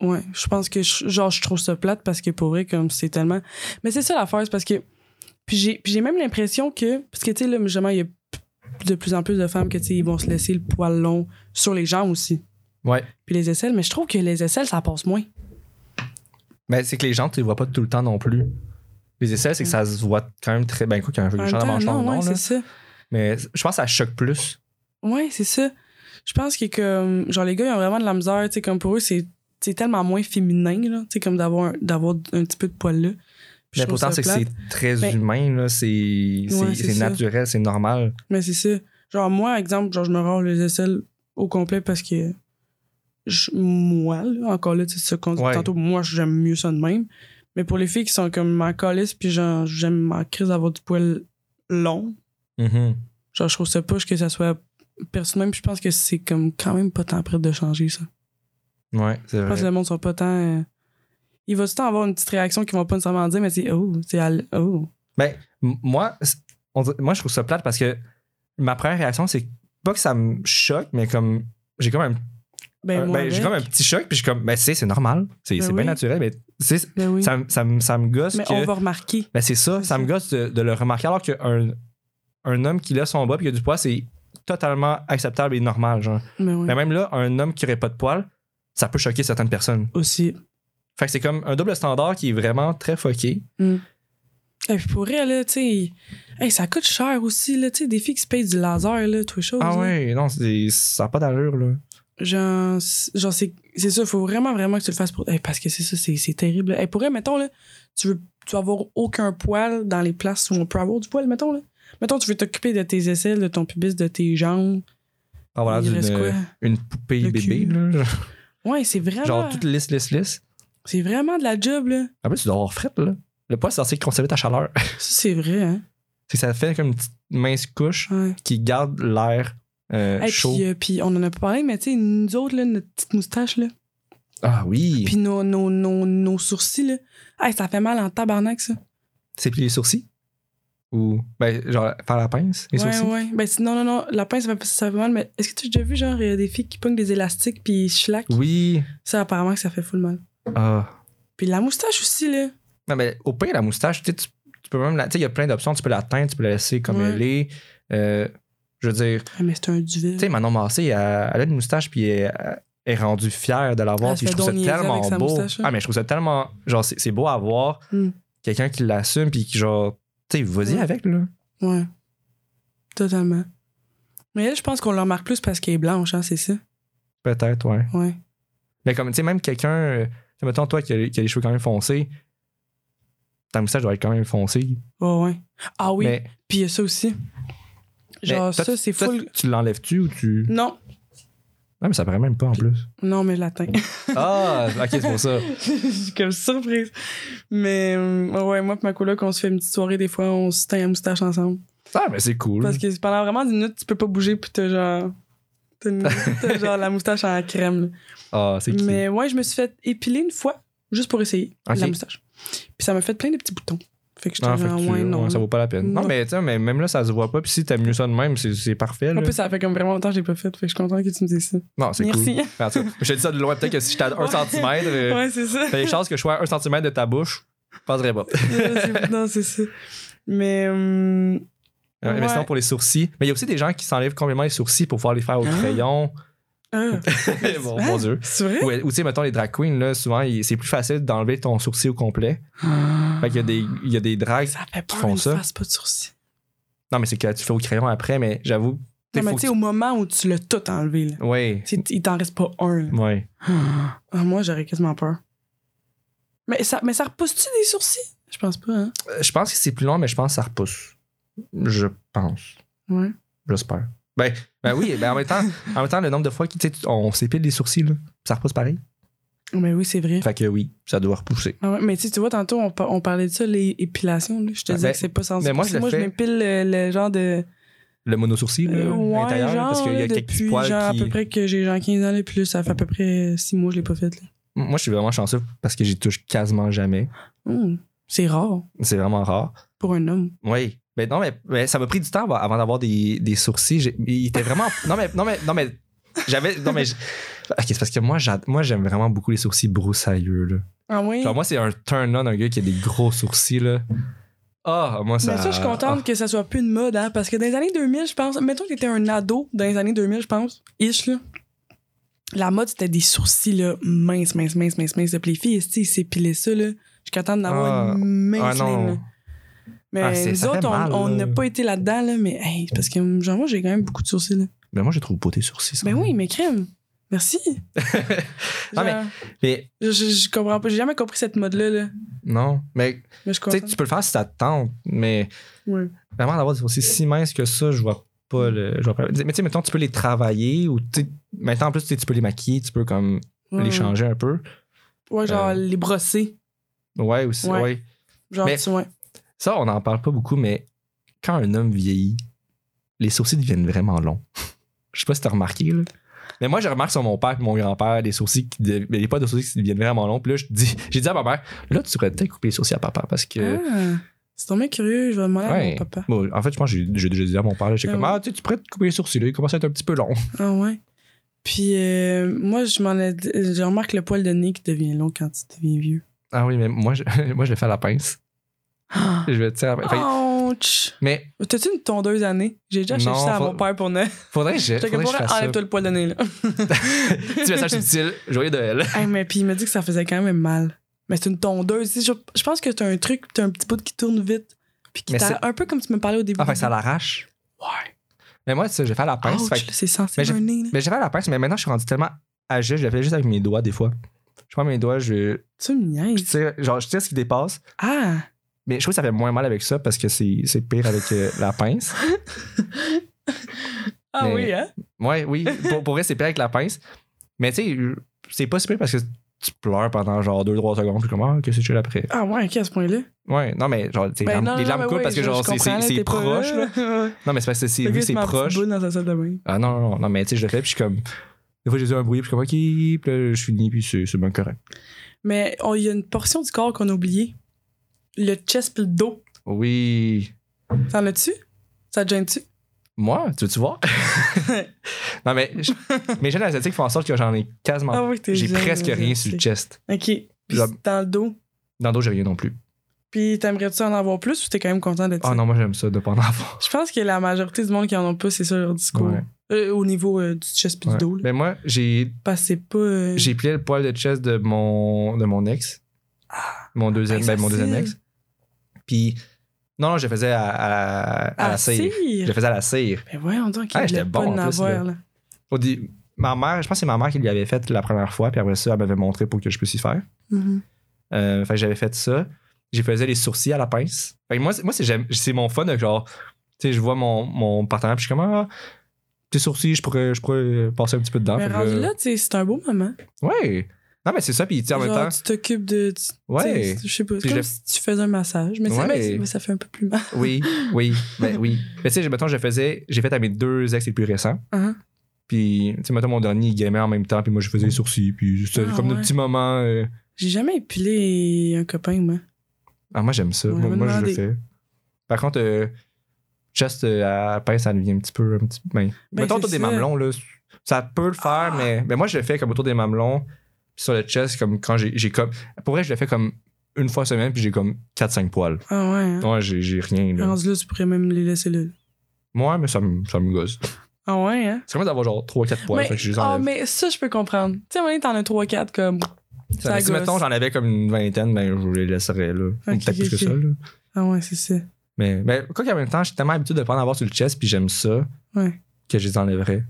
E: Ouais, je pense que. je- genre, je trouve ça plate parce que pour vrai, comme c'est tellement. Mais c'est ça l'affaire, c'est parce que. Puis j'ai, puis j'ai même l'impression que. Parce que, tu sais, là, justement, il y a p- de plus en plus de femmes que, tu sais, ils vont se laisser le poil long sur les jambes aussi.
D: Ouais.
E: Puis les aisselles. Mais je trouve que les aisselles, ça passe moins.
D: Mais c'est que les jambes, tu les vois pas tout le temps non plus. Les aisselles, c'est que ça se voit quand même très bien. Quoi, qu'il y a un peu
E: Mm.
D: de
E: En même
D: champ
E: temps,
D: d'avant, champ
E: non,
D: de non,
E: ouais,
D: là.
E: c'est ça.
D: Mais je pense que ça choque plus.
E: Ouais, c'est ça. Je pense que comme genre les gars ils ont vraiment de la misère, tu sais comme pour eux c'est c'est tellement moins féminin là, tu sais comme d'avoir un- d'avoir un petit peu de poil là. Puis je
D: Mais
E: trouve
D: pourtant, c'est
E: ça
D: que
E: plate.
D: c'est très
E: Ben-
D: humain, là. C'est c'est-
E: Ouais, c'est
D: c'est
E: ça.
D: naturel, c'est normal.
E: Mais c'est ça. Genre moi exemple, genre je me rase les aisselles au complet parce que je- moi là, encore là tu sais c'est ça qu'on dit
D: Ouais.
E: tantôt moi j'aime mieux ça de même. Mais pour les filles qui sont comme ma calice puis genre j'aime ma crise d'avoir du poil long,
D: Mhm.
E: genre je trouve ça push que ça soit personnel, puis je pense que c'est comme quand même pas tant prêt de changer ça.
D: Ouais, c'est
E: Je pense que
D: vrai.
E: le monde sont pas tant. euh, Il va tout le temps avoir une petite réaction qu'ils vont pas nécessairement dire, mais c'est oh, c'est al- oh.
D: M- Moi, c'est- on dirait- moi, je trouve ça plate parce que ma première réaction, c'est pas que ça me choque, mais comme j'ai comme un,
E: Ben,
D: un-
E: moi.
D: ben, j'ai
E: avec.
D: comme un petit choc, puis je suis comme, mais c'est c'est normal. C'est
E: Ben
D: c'est bien
E: oui.
D: naturel, mais tu sais,
E: Ben oui.
D: ça, me- ça, me- ça me gosse.
E: mais
D: que...
E: on va remarquer.
D: Ben c'est ça,
E: C'est
D: ça me
E: ça.
D: gosse de, de le remarquer. Alors qu'un un homme qui laisse son bas et qui a du poids, c'est totalement acceptable et normal. Genre.
E: Mais Ben oui.
D: Mais même là, un homme qui aurait pas de poil, ça peut choquer certaines personnes.
E: Aussi.
D: Fait que c'est comme un double standard qui est vraiment très foqué.
E: Et puis pour elle, là, tu sais. hey, ça coûte cher aussi, là, tu sais, des filles qui se payent du laser, là, tout les choses.
D: Ah
E: là.
D: ouais, non, c'est- ça n'a pas d'allure. là.
E: Genre, c'est- genre c'est c'est ça, faut vraiment, vraiment que tu le fasses pour. hey, parce que c'est ça, c'est c'est terrible. Et pour elle, mettons, là, tu veux, tu veux avoir aucun poil dans les places où on peut avoir du poil, mettons, là. Mettons, tu veux t'occuper de tes aisselles, de ton pubis, de tes jambes.
D: Ah, voilà,
E: il reste quoi?
D: d'une, une poupée
E: Le
D: bébé,
E: cul.
D: là, genre,
E: Ouais, c'est vraiment.
D: genre toute lisse, lisse, lisse.
E: C'est vraiment de la job, là.
D: En plus, tu dois avoir frette, là. Le poil, c'est censé conserver ta chaleur. *laughs*
E: Ça, c'est vrai, hein.
D: C'est que ça fait comme une petite mince couche
E: Ouais.
D: qui garde l'air euh,
E: Hey,
D: chaud.
E: puis, euh, puis on en a pas parlé, mais tu sais, nous autres, là, notre petite moustache, là,
D: ah oui.
E: puis nos, nos, nos, nos sourcils, là, hey, ça fait mal en tabarnak, ça.
D: C'est plier les sourcils? Ou, ben, genre, faire la pince, les
E: ouais,
D: sourcils?
E: ouais. Ben, c'est- non, non, non, la pince, ça fait, ça fait mal, mais est-ce que tu as déjà vu, genre, euh, des filles qui pognent des élastiques puis schlac?
D: Oui.
E: Ça, apparemment, que ça fait full mal.
D: Ah.
E: Puis la moustache aussi, là.
D: Non, mais au pire, la moustache, tu sais, tu tu peux même la. Tu sais, il y a plein d'options. Tu peux la teindre, tu peux la laisser comme
E: Ouais.
D: elle est. Euh, je veux dire,
E: Ah, mais c'est un duvet.
D: tu sais, Manon Massé, elle, elle a une moustache, puis elle, elle est rendue fière de l'avoir.
E: Elle se
D: Puis je
E: fait
D: trouve ça
E: donc niaiser
D: tellement
E: avec sa
D: beau.
E: moustache, là.
D: Ah, mais je trouve ça tellement. Genre, c'est c'est beau à voir.
E: Hmm.
D: Quelqu'un qui l'assume, puis qui, genre, tu sais, vas-y
E: Ouais.
D: avec, là.
E: Ouais. Totalement. Mais elle, je pense qu'on le remarque plus parce qu'elle est blanche, hein, c'est ça?
D: Peut-être, ouais.
E: Ouais.
D: Mais comme, tu sais, même quelqu'un. euh, tu sais, mettons, toi, qui a, qui a les cheveux quand même foncés, ta moustache doit être quand même foncée.
E: Ouais, ouais. Ah oui,
D: Mais,
E: puis il y a ça aussi. Genre,
D: mais toi,
E: ça, c'est
D: toi,
E: full. Hmm.
D: Tu l'enlèves-tu ou tu.
E: Non,
D: Non, mais ça paraît même pas en plus.
E: non, mais je l'atteins.
D: Ah, ok, c'est pour ça.
E: *laughs* Je suis comme surprise. Mais euh, ouais, moi et ma coloc, on se fait une petite soirée des fois, on se teint la moustache ensemble.
D: Ah, mais c'est cool.
E: Parce que pendant vraiment 10 minutes, tu peux pas bouger puis t'as genre.
D: *laughs*
E: T'as une- t'as genre la moustache en crème. là.
D: Ah, c'est qui?
E: Mais ouais, je me suis fait épiler une fois, juste pour essayer
D: Ok.
E: la moustache. Puis ça m'a fait plein de petits boutons. Fait que je
D: Ah, fait
E: genre,
D: que tu-
E: ouais, non.
D: ouais, ça
E: là.
D: vaut pas la peine. Non,
E: Non.
D: mais, tiens, mais même là, ça se voit pas. Puis si t'aimes mieux ça de même, c'est- c'est parfait. là.
E: En plus, ça fait comme vraiment longtemps que je l'ai pas fait. Fait que je suis contente que tu me dises ça.
D: non, c'est cool.
E: Merci.
D: En tout cas, je te dis ça de loin. Peut-être que si j'étais à 1
E: Ouais.
D: cm, euh,
E: *laughs* Ouais,
D: *laughs*
E: c'est ça.
D: t'as les chances que je sois à 1 cm de ta bouche. Je penserais pas.
E: C'est- non, c'est ça. Mais. euh,
D: Euh, Mais
E: Ouais.
D: sinon, pour les sourcils. Mais il y a aussi des gens qui s'enlèvent complètement les sourcils pour pouvoir les faire au
E: Hein?
D: crayon.
E: ah,
D: *laughs* bon, mon Dieu.
E: *laughs* c'est vrai?
D: Ou, ou tu sais, mettons, les drag queens, là, souvent, il- c'est plus facile d'enlever ton sourcil au complet.
E: Ah.
D: Fait qu'il y a des, il y a des drags.
E: Ça fait
D: Qui
E: peur
D: font
E: une
D: ça.
E: face pas de sourcil.
D: Non, mais c'est que tu fais au crayon après, mais j'avoue.
E: Non, mais
D: faut
E: tu sais,
D: que
E: au moment où tu l'as tout enlevé, là,
D: tu- Ouais.
E: tu sais, il t'en reste pas
D: *gasps*
E: un. là.
D: Ouais.
E: Ah, moi, j'aurais quasiment peur. Mais ça, mais ça repousse-tu des sourcils? Je pense pas, hein?
D: Euh, Je pense que c'est plus long, mais je pense que ça repousse. Je pense.
E: Ouais.
D: J'espère. Ben, ben oui, ben en, même temps, en même temps, le nombre de fois qu'on s'épile les sourcils, là, ça repousse pareil.
E: Mais oui, c'est vrai.
D: Fait que oui, ça doit repousser.
E: Ah ouais, mais tu sais, tu vois, tantôt, on, par- on parlait de ça, les épilations. là. Je te
D: Ah,
E: disais
D: ben,
E: que c'est pas sensible.
D: mais moi, je le fais-
E: m'épile euh, le, genre de.
D: Le monosourcil, là,
E: Euh, ouais,
D: l'intérieur,
E: genre,
D: parce qu'il y
E: là,
D: a quelques petits
E: depuis,
D: poils
E: genre,
D: qui...
E: à peu près que j'ai genre 15 ans, là, puis là, ça fait à peu près 6 mois que je l'ai pas fait. là.
D: Moi, je suis vraiment chanceux parce que j'y touche quasiment jamais.
E: Hum, c'est rare
D: C'est vraiment rare.
E: pour un homme.
D: Oui. Mais non, mais, mais ça m'a pris du temps avant- avant d'avoir des, des sourcils. J'ai- Il était vraiment. non, mais. Non, mais. Non, mais. J'avais. Non, mais. je- Ok, c'est parce que moi, j'ad- moi, j'aime vraiment beaucoup les sourcils broussailleux, là.
E: Ah oui?
D: Genre, moi, c'est un turn-on, un gars qui a des gros sourcils, là. Ah, moi, ça. ah.
E: Mais Ben, ça, je suis contente que ça soit plus une mode, hein, parce que dans les années 2000, je pense, mettons que t'étais un ado dans les années 2000, je pense, ish, là. La mode, c'était des sourcils, là, minces, minces, minces, minces, minces. Puis les filles, tu sais, ils s'épilaient ça, là, jusqu'à temps d'avoir
D: Ah, Ah,
E: une
D: ah
E: mince ligne, là.
D: non.
E: Mais
D: Ah, c'est-
E: nous
D: ça fait
E: autres, on-
D: mal,
E: on
D: là.
E: n'a pas été là-dedans, là, mais hey, c'est parce que, genre, moi, j'ai quand même beaucoup de sourcils, là.
D: Mais moi, je trouve beau tes sourcils. ça.
E: Ben oui, mais crème,
D: *laughs*
E: merci.
D: Ah, mais-
E: Genre,
D: Mais
E: je, je- je comprends pas, j'ai jamais compris cette mode-là, là.
D: non. Mais
E: Mais je
D: tu sais,
E: comprends.
D: tu peux le faire si ça te tente, mais
E: Ouais.
D: vraiment d'avoir des sourcils si minces que ça, je vois pas le. je vois pas- Mais tu sais, mettons, tu peux les travailler ou tu sais, Maintenant, en plus, tu sais, tu peux les maquiller, tu peux comme
E: Ouais.
D: les changer un peu.
E: Ouais, genre,
D: Euh,
E: les brosser.
D: Ouais, aussi. Ouais.
E: Ouais. Genre,
D: mais-
E: tu ouais.
D: Ça, on n'en parle pas beaucoup, mais quand un homme vieillit, les sourcils deviennent vraiment longs. *laughs* Je sais pas si t'as remarqué, là. Mais moi, je remarque sur mon père et mon grand-père des sourcils qui dev- mais les pas de sourcils qui deviennent vraiment longs. Puis là, je dis, *laughs* j'ai dit à ma mère, là, tu pourrais peut-être couper les sourcils à papa parce que.
E: Ah, c'est tombé curieux, je vais demander à
D: Ouais.
E: Ben, mon papa.
D: Bon, en fait, je pense que j'ai j'ai déjà dit à mon père, là, j'étais
E: Ah
D: comme,
E: ouais.
D: ah, tu sais, tu pourrais te couper les sourcils, là, ils commencent à être un petit peu longs.
E: Ah ouais. Puis euh, moi, je m'en ai- je remarque le poil de nez qui devient long quand tu deviens vieux.
D: *laughs* Ah oui, mais moi, je, *laughs* moi, je le fais à la pince.
E: Ah.
D: Je vais, tu sais, à la pince. *gasps* Fait que-
E: Ouch!
D: Mais
E: T'as-tu une tondeuse à nez? J'ai déjà acheté
D: Non,
E: ça à
D: faut-
E: mon père pour ne.
D: faudrait que *laughs* je,
E: J'étais
D: faudrait
E: comme
D: que je
E: pour
D: fasse ça. *laughs*
E: enlève-toi le poil de nez, là. *laughs*
D: Petit message subtil, joyeux Noël.
E: Hey, mais puis il m'a dit que ça faisait quand même mal. Mais c'est une tondeuse. tu sais, Je, je pense que t'as un truc, t'as un petit bout qui tourne vite. Puis qui
D: Mais
E: t'arrête-
D: c'est-
E: un peu comme tu me parlais au début.
D: Ah, fait que ça l'arrache.
E: Ouais.
D: Mais moi, ça, j'ai fait à la pince.
E: Ouch,
D: fait que-
E: là, c'est
D: Mais
E: sensible
D: j'ai-
E: un nez, là.
D: Mais j'avais la pince, mais maintenant je suis rendu tellement âgé, je le fais juste avec mes doigts des fois. Je prends mes doigts, je,
E: Tu me
D: je
E: niaises.
D: tire, genre je tire ce qui dépasse.
E: Ah!
D: Mais je trouve que ça fait moins mal avec ça parce que c'est c'est pire avec euh, la
E: *laughs*
D: pince.
E: Ah
D: Mais-
E: oui, hein?
D: Ouais, oui, pour, pour vrai, c'est pire avec la pince. Mais tu sais, c'est pas super parce que tu pleures pendant genre 2-3 secondes, puis comme, ah, que c'est chill après.
E: Ah ouais, ok, à ce point-là.
D: Ouais, non, mais genre, t'sais, les larmes-
E: Ben non,
D: les
E: non,
D: larmes
E: mais
D: coulent
E: ouais,
D: parce que
E: je-
D: genre,
E: je
D: c'est-
E: comprends,
D: c'est c'est
E: t'es pas
D: proche, là. *laughs* Non, mais c'est parce que c'est
E: Le
D: vu
E: gars
D: que
E: se
D: c'est
E: met en petite
D: proche.
E: boule dans sa salle de bain.
D: Ah non, non, non, mais tu sais, je le fais, puis je suis comme. Des fois, j'ai eu un bruit, puis je suis comme, ok, puis là, je finis, puis c'est c'est bien correct.
E: Mais on- il y a une portion du corps qu'on a oubliée. Le chest pis le dos.
D: Oui.
E: T'en as-tu? Ça te gêne-tu?
D: Moi, tu veux-tu voir? *laughs* non, mais je- mes gènes asiatiques font en sorte que j'en ai quasiment.
E: Ah oui, t'es
D: j'ai
E: gêne,
D: presque
E: vas-y,
D: rien sur le
E: ok.
D: chest.
E: Ok. Puis
D: La-
E: c'est dans le dos.
D: Dans le dos, j'ai rien non plus.
E: Puis t'aimerais-tu en avoir plus ou t'es quand même content d'être
D: Ah non, moi, j'aime ça de pas en avoir.
E: Je pense que la majorité du monde qui en ont pas, c'est ça leur discours.
D: Ouais,
E: Euh, au niveau euh, du chest pis
D: ouais.
E: du dos. là.
D: Mais moi, j'ai
E: Parce que c'est pas. euh,
D: j'ai plié le poil de chest de mon, de mon ex. Mon deuxième,
E: ben,
D: ben, mon deuxième
E: facile.
D: ex. Puis, non, non, je le faisais à, à- à la
E: à
D: cire. Je
E: cire.
D: le faisais à la cire.
E: Ben voyons donc, il
D: Ah,
E: voulait
D: j'étais
E: pas
D: bon, en
E: en
D: plus,
E: avoir, là.
D: Au dé- ma mère, je pense que c'est ma mère qui l'avait avait fait la première fois, puis après ça, elle m'avait montré pour que je puisse y faire.
E: Mhm.
D: Euh, fait que j'avais fait ça. J'ai faisais les sourcils à la pince. Fait que moi, c'est- moi c'est, j'aime- c'est mon fun de genre, tu sais, je vois mon, mon partenaire, puis je suis comme, ah, tes sourcils, je pourrais, je pourrais passer un petit peu dedans.
E: Mais
D: Ah, Fait que
E: rendu
D: là-
E: là, tu sais, c'est un beau moment.
D: Ouais. Non, mais c'est ça, puis tu sais, en même
E: Genre,
D: temps.
E: tu t'occupes de. tu-
D: Ouais.
E: tu sais, Je sais pas.
D: Puis
E: C'est
D: je
E: comme
D: l'ai-
E: si tu faisais un massage. Mais, c'est-
D: Ouais.
E: mais- mais ça fait un peu plus mal. *laughs*
D: Oui, oui, ben oui. Mais tu sais, mettons, je faisais, j'ai fait à mes deux ex les plus récents.
E: Hein?
D: Puis, tu sais, mettons, mon dernier, il gamait en même temps, puis moi, je faisais les sourcils, puis c'était
E: Ah,
D: comme des
E: ouais.
D: petits moments. euh,
E: J'ai jamais épilé un copain, moi.
D: Ah, moi, j'aime ça.
E: Ouais,
D: moi,
E: va
D: moi, je le
E: demander.
D: fais. Par contre, euh, chest euh, à pince, ça devient un petit peu. Un petit, ben, mettons
E: c'est
D: autour des
E: ça. Ah.
D: mamelons, là, ça peut le faire, mais, mais moi, je le fais comme autour des mamelons, puis sur le chest, comme quand j'ai j'ai comme. Pour vrai, je le fais comme une fois semaine, puis j'ai comme 4-5 poils.
E: Ah ouais. Hein?
D: Ouais, j'ai j'ai rien, là.
E: Rendu là, tu pourrais même les laisser là.
D: Moi, mais ça me, ça me gosse.
E: Ah ouais, hein?
D: C'est comme d'avoir genre 3-4 poils,
E: mais,
D: fait que je les
E: ah,
D: enlève.
E: mais ça, je peux comprendre. Tu sais, à un moment donné, t'en as 3-4 comme.
D: Ça,
E: ça
D: mais si,
E: gosse.
D: mettons, j'en avais comme une vingtaine, ben, je les laisserais, là. Ou
E: Ok,
D: Peut-être plus que
E: ok,
D: ça,
E: ok.
D: là.
E: Ah ouais, c'est ça.
D: Mais, mais quoi qu'en même temps, je suis tellement habitué de pas en avoir sur le chest, puis j'aime ça,
E: Ouais.
D: que je les enlèverais.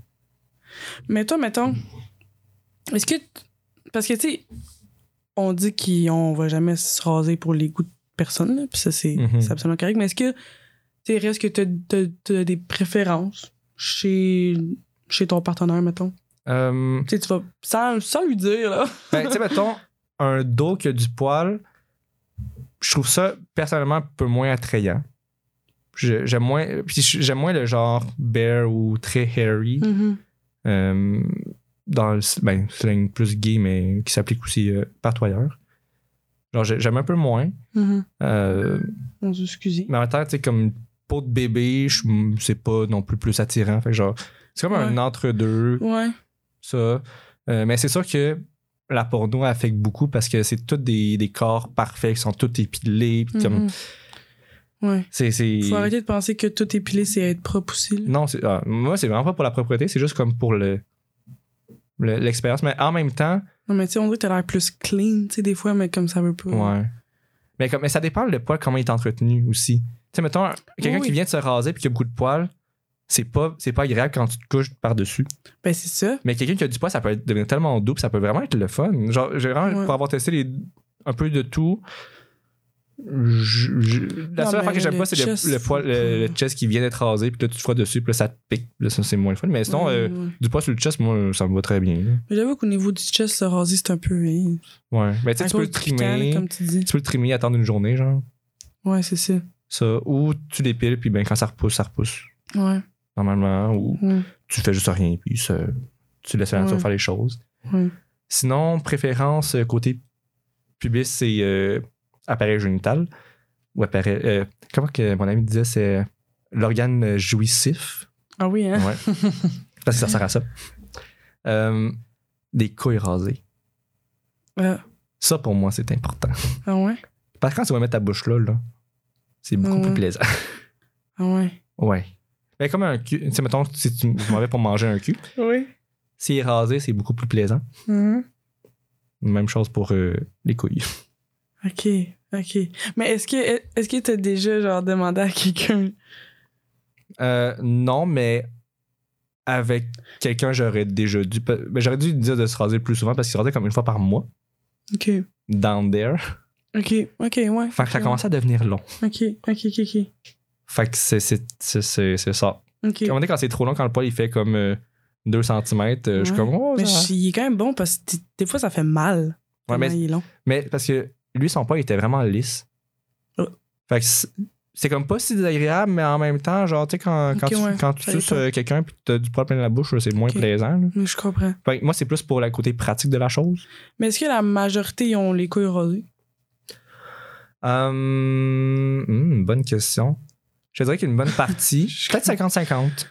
E: Mais toi, mettons, est-ce que. t- Parce que, tu sais, on dit qu'on va jamais se raser pour les goûts de personne, là, puis ça, c'est
D: Mhm.
E: c'est absolument correct. Mais est-ce que, tu sais, est-ce que tu as, des préférences chez, chez ton partenaire, mettons?
D: Euh,
E: Tu sais, tu vas. Sans, sans lui dire, là.
D: ben, tu sais, mettons, un dos qui a du poil, je trouve ça personnellement un peu moins attrayant. Je- J'aime moins, puis je- j'aime moins le genre bear ou très hairy. euh, dans le s- ben, slang plus gay, mais qui s'applique aussi euh, partout ailleurs. Genre, j'ai- j'aime un peu moins.
E: Mhm.
D: Euh,
E: On se excusez.
D: mais en même temps, tu sais, comme peau de bébé, je- c'est pas non plus plus attirant. Fait que genre, c'est comme un
E: Ouais.
D: entre-deux.
E: Ouais.
D: ça. Euh, mais c'est sûr que la porno affecte beaucoup parce que c'est tous des, des corps parfaits qui sont tous épilés. puis comme,
E: Mhm. Ouais.
D: c'est, c'est-
E: Mm-hmm. Faut arrêter de penser que tout épilé, c'est être propre aussi. là.
D: Non, c'est, ah, moi, c'est vraiment pas pour la propreté, c'est juste comme pour le, le- l'expérience. Mais en même temps,
E: Non, mais tu sais, on dirait que t'as l'air plus clean, tu sais, des fois, mais comme ça veut pas.
D: ouais. Mais, comme, mais ça dépend le poil, comment il est entretenu aussi. Tu sais, mettons, quelqu'un
E: Oui.
D: qui vient de se raser puis qui a beaucoup de poils, c'est pas, c'est pas agréable quand tu te couches par-dessus.
E: Ben, c'est ça.
D: Mais quelqu'un qui a du poids, ça peut être- devenir tellement doux, puis ça peut vraiment être le fun. Genre, j'ai vraiment,
E: Ouais.
D: pour avoir testé les- un peu de tout, je- je- la
E: Non,
D: seule
E: mais
D: affaire que j'aime
E: le
D: pas, c'est
E: chest,
D: le, le poil, le, le
E: faut
D: chest qui vient d'être rasé, puis là, tu te frottes dessus, puis là, ça te pique. Puis Là, ça, c'est moins le fun. Mais sinon,
E: Ouais,
D: euh,
E: ouais.
D: du poids sur le chest, moi, ça me va très bien. là.
E: Mais j'avoue qu'au niveau du chest, se raser, c'est un peu. hein,
D: Ouais. Mais tu sais,
E: à
D: tu peux
E: cause
D: le
E: du piquant, là,
D: trimer.
E: comme tu dis.
D: Tu peux le trimer, attendre une journée, genre.
E: Ouais, c'est ça.
D: Ça. Ou tu l'épiles, puis ben, quand ça repousse, ça repousse.
E: Ouais. Mm.
D: Normalement. Ou
E: ouais.
D: tu fais juste rien, puis ça, tu laisses la nature
E: Ouais.
D: faire les choses.
E: Ouais.
D: Sinon, préférence euh, côté pubis, c'est euh, appareil génital. Ou appareil. euh, comment que mon ami disait, c'est euh, l'organe jouissif.
E: Ah oui, hein?
D: Ouais. Parce que ça sert
E: *laughs*
D: à ça. Euh, des couilles rasées.
E: Euh,
D: Ça, pour moi, c'est important.
E: ah ouais?
D: Parce que quand tu vas mettre ta bouche là, là c'est beaucoup
E: Ouais.
D: plus plaisant. *laughs*
E: Ah ouais.
D: Ouais. Mais comme un cul, tu sais, mettons, si tu je m'en vais pour manger un cul,
E: Oui.
D: si rasé, c'est beaucoup plus plaisant.
E: Mm-hmm.
D: Même chose pour euh, les couilles.
E: Ok, ok. Mais est-ce que est-ce que t'as déjà genre demandé à quelqu'un?
D: Euh, non, mais avec quelqu'un, j'aurais déjà dû. pe- ben, J'aurais dû lui dire de se raser plus souvent parce qu'il se rasait comme une fois par mois.
E: Ok.
D: Down there. *laughs*
E: Ok, ok, ouais.
D: Fait que ça
E: Ok,
D: commençait à devenir long.
E: Ok, ok, ok, ok.
D: Fait que c'est- c'est c'est- c'est- c'est ça.
E: Ok.
D: Quand on dit quand c'est trop long, quand le poil il fait comme euh, 2 cm, je suis
E: Ouais.
D: comme. Oh,
E: Mais
D: ça va.
E: je- il est quand même bon parce que des- des fois ça fait mal.
D: Ouais,
E: mais...
D: mais,
E: il est long.
D: mais parce que lui, son poil était vraiment lisse.
E: Ouais.
D: Fait que c'est- c'est comme pas si désagréable, mais en même temps, genre, tu sais, quand, quand
E: Ok,
D: tu,
E: ouais,
D: quand tu
E: ça
D: suces
E: dépend.
D: euh, quelqu'un puis t'as du poil plein la bouche, c'est moins
E: Ok.
D: plaisant. là.
E: Mais je comprends.
D: Fait que moi, c'est plus pour le côté pratique de la chose.
E: Mais est-ce que la majorité ils ont les couilles rasées?
D: Hum, hum, Euh, bonne question. Je te dirais qu'une bonne
E: *laughs*
D: partie, peut-être 50-50.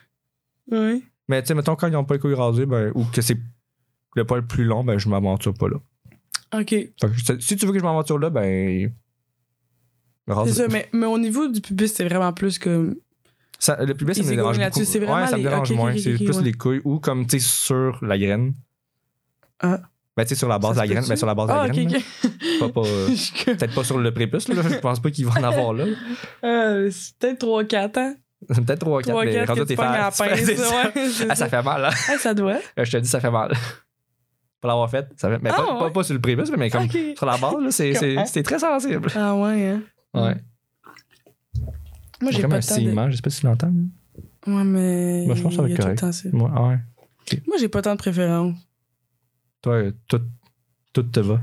E: Oui.
D: Mais tu sais, mettons, quand ils n'ont pas les couilles rasées, ben, ou que c'est le poil plus long, ben, je m'aventure pas là.
E: OK.
D: Fait que je- si tu veux que je m'aventure là, ben.
E: C'est
D: rase-
E: ça, mais, mais au niveau du pubis, c'est vraiment plus que.
D: Ça- le pubis, ça
E: Il
D: me
E: s'est
D: dérange
E: gouré là-dessus,
D: beaucoup.
E: c'est vraiment
D: ouais, ça me
E: les-
D: dérange
E: ok,
D: moins.
E: ok,
D: c'est
E: ok,
D: plus
E: ouais.
D: les couilles ou comme, tu sais, sur la graine.
E: Ah.
D: Ben, tu sais, sur la base de
E: Ça
D: la
E: se
D: graine.
E: peut-tu?
D: Ben, sur la base de la
E: Ah, ok,
D: graine.
E: ok.
D: là. Pas- pas, euh,
E: *laughs* Je-
D: Peut-être pas sur le prépuce, là. Je pense pas qu'ils vont en avoir
E: *laughs*
D: là.
E: Euh, c'est peut-être 3-4 ans.
D: C'est Peut-être 3 4
E: 3-4
D: mais rendu
E: que
D: là, t'es
E: tu pognes à la
D: fait- *laughs* tu fais-
E: pince.
D: c'est- *laughs*
E: Ouais, c'est
D: Ah, ça fait mal, hein.
E: Ah, ça doit.
D: Je te dis, ça fait mal. *laughs* Pour l'avoir fait, ça fait. Mais
E: Ah,
D: pas, pas-
E: ouais.
D: pas sur le prépuce, mais comme
E: Ok.
D: *laughs* sur la base, là, c'est- c'est c'est très sensible.
E: Ah ouais, hein.
D: Ouais.
E: Moi, j'ai pas
D: un
E: le temps de...
D: ciment, je sais pas si tu l'entends. là.
E: Ouais, mais...
D: Moi, je pense que ça va
E: il y a
D: être
E: tout le
D: correct.
E: temps ça.
D: Ouais, ah ouais.
E: Moi, j'ai pas tant de préférence.
D: Toi, euh, tout, tout te va.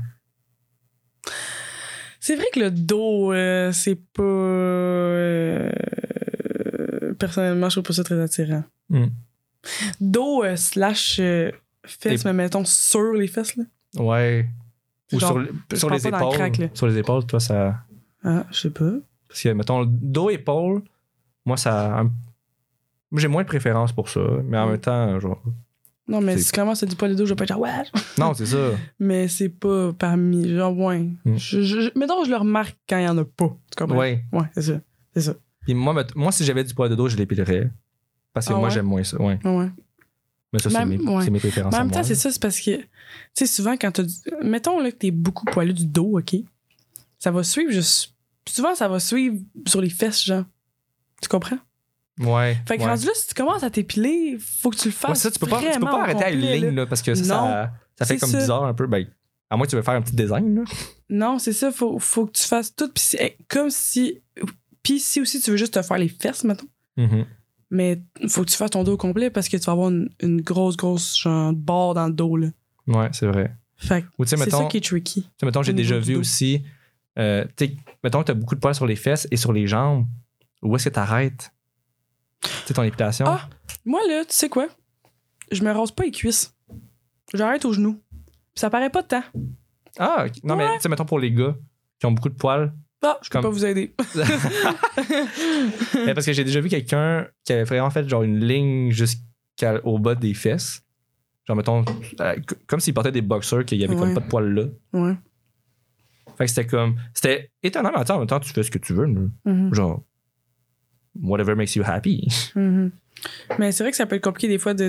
E: C'est vrai que le dos, euh, c'est pas... euh, Personnellement, je trouve pas ça très attirant.
D: Hmm.
E: Dos euh, slash euh, fesses,
D: T'es-
E: mais mettons sur les fesses, là.
D: Ouais. Ou
E: Genre,
D: sur, le-
E: je
D: sur
E: parle
D: les
E: pas dans le
D: épaules.
E: crack, là.
D: sur les épaules, toi, ça.
E: Ah, je sais pas.
D: Parce que, mettons, le dos, épaule, moi, ça. un- moi, J'ai moins de préférence pour ça, mais en
E: Mm.
D: même temps, genre.
E: Non, mais
D: C'est-
E: si tu commences à dire pas les dos, je vais pas dire « ouais ».
D: Non, c'est ça.
E: Mais c'est pas parmi... Genre, ouais.
D: Hmm.
E: Je, je, je- mettons, je le remarque quand il y en a pas. Tu comprends?
D: ouais.
E: *laughs* Ouais, c'est ça. C'est ça.
D: Puis moi, met- moi si j'avais du poil de dos, je l'épilerais. Parce que
E: Ah
D: moi,
E: ouais?
D: j'aime moins ça. Ouais.
E: Ouais.
D: Mais ça, c'est
E: Même-
D: mes,
E: ouais.
D: c'est mes préférences.
E: Mais en
D: à
E: même temps,
D: moi,
E: c'est
D: là.
E: ça, c'est parce que, tu sais, souvent, quand tu Mettons là, que t'es beaucoup poilu du dos, OK? Ça va suivre juste. Souvent, ça va suivre sur les fesses, genre. Tu comprends?
D: Ouais.
E: Fait que
D: ouais.
E: rendu là, si tu commences à t'épiler, faut que tu le fasses.
D: Ouais, ça, tu peux pas, tu peux
E: vraiment
D: pas arrêter à une
E: complet, là.
D: ligne, là, parce que ça, ça, ça fait
E: c'est
D: comme
E: ça.
D: bizarre un peu. Ben, à moins que tu veux faire un petit design, là.
E: Non, c'est ça, faut, faut que tu fasses tout. Puis c'est comme si. Puis si aussi tu veux juste te faire les fesses, mettons.
D: Mhm.
E: Mais faut que tu fasses ton dos au complet parce que tu vas avoir une, une grosse, grosse genre, barre dans le dos, là.
D: Ouais, c'est vrai.
E: Fait que
D: Ou tu sais,
E: c'est ça
D: mettons,
E: qui est tricky.
D: tu sais, mettons j'ai
E: au niveau
D: déjà
E: du
D: vu
E: dos.
D: aussi, euh, tu sais, mettons que tu as beaucoup de poils sur les fesses et sur les jambes. Où est-ce que tu arrêtes? Tu sais, ton épilation.
E: Ah! Moi, là, tu sais quoi? Je me rase pas les cuisses. J'arrête aux genoux. Puis ça paraît pas de temps.
D: Ah, ok. non, mais tu sais, mettons pour les gars qui ont beaucoup de
E: *laughs*
D: poils.
E: Ah, je peux
D: Comme-
E: pas vous aider. *laughs*
D: Mais parce que j'ai déjà vu quelqu'un qui avait vraiment fait genre une ligne jusqu'au bas des fesses. Genre, mettons, euh, c- comme s'il portait des boxers qu'il y avait comme
E: Ouais.
D: pas de poils là.
E: Ouais.
D: Fait que c'était comme. C'était étonnant, mais attends, en même temps, tu fais ce que tu veux. mais
E: Mhm,
D: Genre, whatever makes you happy.
E: mhm. Mais c'est vrai que ça peut être compliqué des fois de,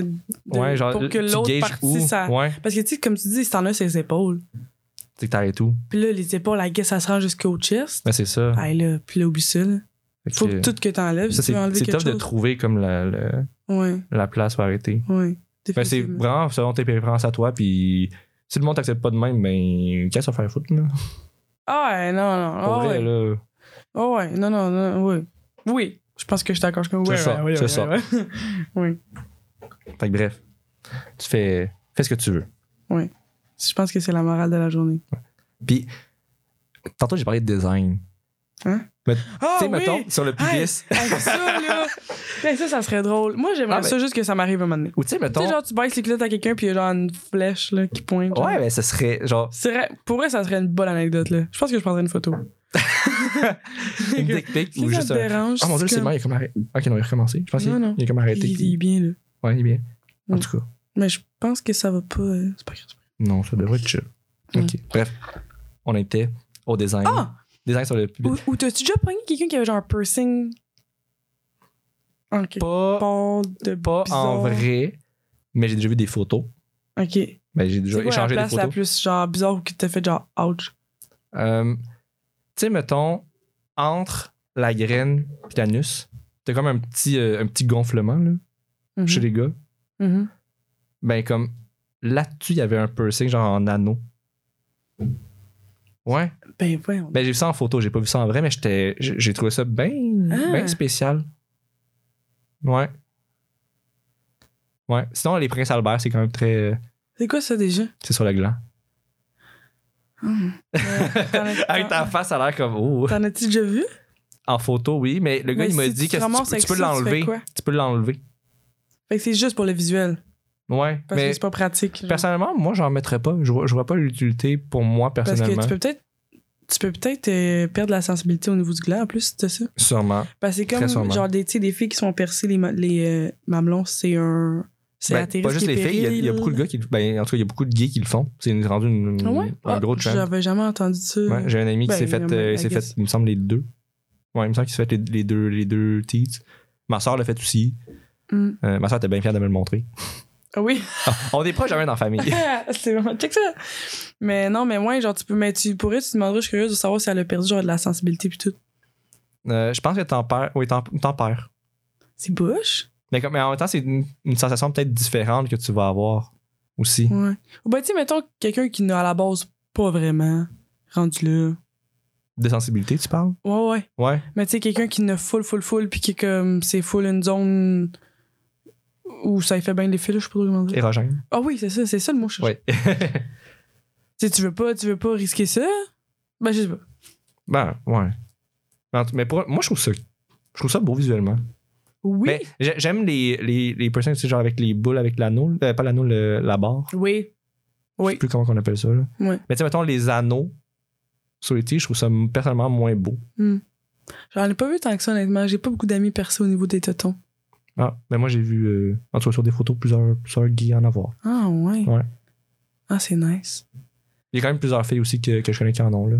D: *laughs*
E: de-
D: ouais, genre,
E: pour que
D: tu
E: l'autre
D: gages où,
E: partie ça.
D: Ouais,
E: Parce que tu sais, comme tu dis, si t'en as ses épaules.
D: c'est que t'arrêtes tout.
E: Puis là, les épaules, la guess, ça se rend jusqu'au chest.
D: Ouais, c'est ça.
E: Ah là, puis là, oublie ça. là.
D: Fait que-
E: Faut que tout que t'enlèves.
D: ça,
E: si tu veux
D: c'est
E: enlever
D: c'est
E: quelque
D: tough de
E: chose.
D: trouver comme la, la,
E: Ouais,
D: la place pour arrêter.
E: ouais.
D: Ben, c'est
E: définitivement.
D: vraiment selon tes préférences à toi, puis si le monde t'accepte pas de même, ben, qu'est-ce qu'on va faire foutre, là?
E: Ah ouais, non, non.
D: Pour
E: ah
D: vrai,
E: ouais.
D: là.
E: Oh ouais, non, non, non, oui. Oui, je pense que je suis d'accord. Je suis comme,
D: C'est
E: ouais,
D: ça,
E: ouais, ouais,
D: c'est
E: ouais,
D: ça.
E: ouais. *laughs*
D: Fait que bref, tu fais, fais ce que tu veux.
E: Je pense que c'est la morale de la journée.
D: Puis, tantôt, j'ai parlé de design.
E: Hein?
D: Mais,
E: Ah
D: tu sais,
E: oui!
D: mettons, sur le
E: Hey,
D: pubis,
E: *laughs* hey, ça, là! Hey, ça, ça serait drôle. Moi, j'aimerais
D: Ah, mais-
E: ça juste que ça m'arrive un moment donné.
D: ou tu sais,
E: Tu
D: mettons,
E: sais, genre, tu baisses les culottes à quelqu'un, puis il y a genre une flèche là, qui pointe. genre.
D: ouais, mais ce serait,
E: *laughs*
D: genre,
E: C'est vrai- Pour vrai, ça serait une bonne anecdote. là. Je pense que je prendrais
D: *laughs*
E: une photo.
D: une dick pic
E: *laughs* Si
D: ou
E: ça
D: juste
E: te
D: un-
E: dérange.
D: Ah mon dieu,
E: c'est
D: c'est
E: comme-
D: mort, il a comme arrêté. Ok, non, il a recommencé. Je pense qu'il
E: Non, non.
D: il a comme arrêté.
E: Il, il est bien, là.
D: Ouais, il est bien. En
E: Mm.
D: tout cas,
E: Mais je pense que ça va pas. euh, C'est pas grave. c'est pas grave.
D: non, ça devrait être chill.
E: Mm.
D: Ok, bref. On était au design.
E: Ah!
D: Design sur le public.
E: Ou, ou t'as-tu déjà pogné quelqu'un qui avait genre un piercing? Ok.
D: Pas,
E: Pas de
D: pas en
E: bizarre.
D: vrai, mais j'ai déjà vu des photos.
E: Ok.
D: Ben, j'ai déjà
E: C'est quoi la
D: échangé des
E: place la
D: photos.
E: plus genre bizarre ou qui t'a fait genre ouch?
D: Euh, tu sais, mettons, entre la graine et l'anus, t'as comme un petit, euh, un petit gonflement là,
E: Mm-hmm.
D: chez les gars.
E: Mhm.
D: Ben, comme là-dessus, il y avait un piercing genre en anneau. Ouais.
E: Ben ouais. on-
D: Ben, j'ai vu ça en photo, j'ai pas vu ça en vrai, mais j'étais, j'ai j'ai trouvé ça bien
E: Ah.
D: bien spécial. Ouais. Ouais. *laughs* Sinon, les Princes Albert, c'est quand même très.
E: C'est quoi ça déjà?
D: C'est sur le gland.
E: Ah.
D: Avec ta face, ça a l'air comme. Oh.
E: T'en as-tu déjà vu?
D: En photo, oui, mais le gars,
E: Ah. Mais
D: il m'a
E: si
D: dit que
E: tu te ramasses
D: tu, peux- tu
E: avec
D: peux
E: ça, tu
D: l'enlever.
E: fais quoi?
D: Tu peux l'enlever.
E: Fait que c'est juste pour le visuel.
D: Ouais.
E: Parce
D: mais
E: que c'est pas pratique. genre.
D: personnellement, moi, j'en mettrais pas. Je vois, je vois pas l'utilité pour moi,
E: Parce que
D: personnellement.
E: tu peux peut-être tu peux peut-être euh, perdre la sensibilité au niveau du gland en plus de ça.
D: Sûrement.
E: Parce que c'est
D: Très
E: comme
D: sûrement.
E: genre des, tu sais, des filles qui sont percées les, ma- les euh, mamelons, c'est un c'est
D: Ben,
E: atterri
D: pas juste les filles, il y a- il y, a beaucoup de gars qui. Ben, en tout cas, il y a beaucoup de gays qui le font. C'est une- rendu une-
E: Ah ouais?
D: un
E: Ah,
D: gros trend.
E: J'avais jamais entendu ça.
D: Ouais, J'ai un ami
E: Ben,
D: qui s'est fait,
E: évidemment,
D: euh, il
E: I
D: s'est fait,
E: guess.
D: il me semble, les deux. Ouais, il me semble qu'il s'est fait les, les deux, les deux teats. Ma soeur l'a fait aussi.
E: Mm.
D: Euh, ma soeur était bien fière de me le montrer. *laughs*
E: Ah oui.
D: On est proches jamais dans la famille.
E: *laughs* c'est vraiment check ça. Mais non, mais ouais, genre tu peux mais tu pourrais tu te demanderais je suis curieuse de savoir si elle a perdu genre de la sensibilité puis tout.
D: Euh, je pense que t'en perds. Oui, t'en t'en perds.
E: C'est bouche.
D: Mais, comme- mais en même temps, c'est une, une sensation peut-être différente que tu vas avoir aussi.
E: Ouais. Ou ben tu sais mettons quelqu'un qui n'a à la base pas vraiment rendu là.
D: De sensibilité, tu parles?
E: Ouais ouais.
D: Ouais.
E: Mais tu sais, quelqu'un qui ne full, full, full, puis qui est comme, c'est full une zone où ça lui fait bien les fils, je sais pas trop comment dire.
D: Érogène.
E: Ah oui, c'est ça, c'est ça le mot. je cherchais.
D: Ouais. *laughs*
E: Tu sais, tu veux pas, tu veux pas risquer ça? Ben, je sais pas.
D: ben, ouais. Mais en tout- Mais pour, moi, je trouve ça. Je trouve ça beau visuellement.
E: Oui.
D: Mais j'ai- Ben, j'aime les, les, les personnes, tu sais, genre avec les boules, avec l'anneau. euh, pas l'anneau, le- la barre.
E: Oui.
D: Je sais
E: Oui.
D: plus comment on appelle ça. là.
E: Ouais.
D: Mais tu sais, mettons les anneaux sur les tiges, je trouve ça personnellement moins beau.
E: J'en ai pas vu tant que ça, honnêtement. J'ai pas beaucoup d'amis percés au niveau des totons.
D: Ah, mais moi j'ai vu, euh, en tout cas sur des photos, plusieurs, plusieurs gays en avoir.
E: Ah, ouais.
D: Ouais.
E: Ah, c'est nice.
D: Il y a quand même plusieurs filles aussi que, que je connais qui en ont,
E: *laughs*
D: là.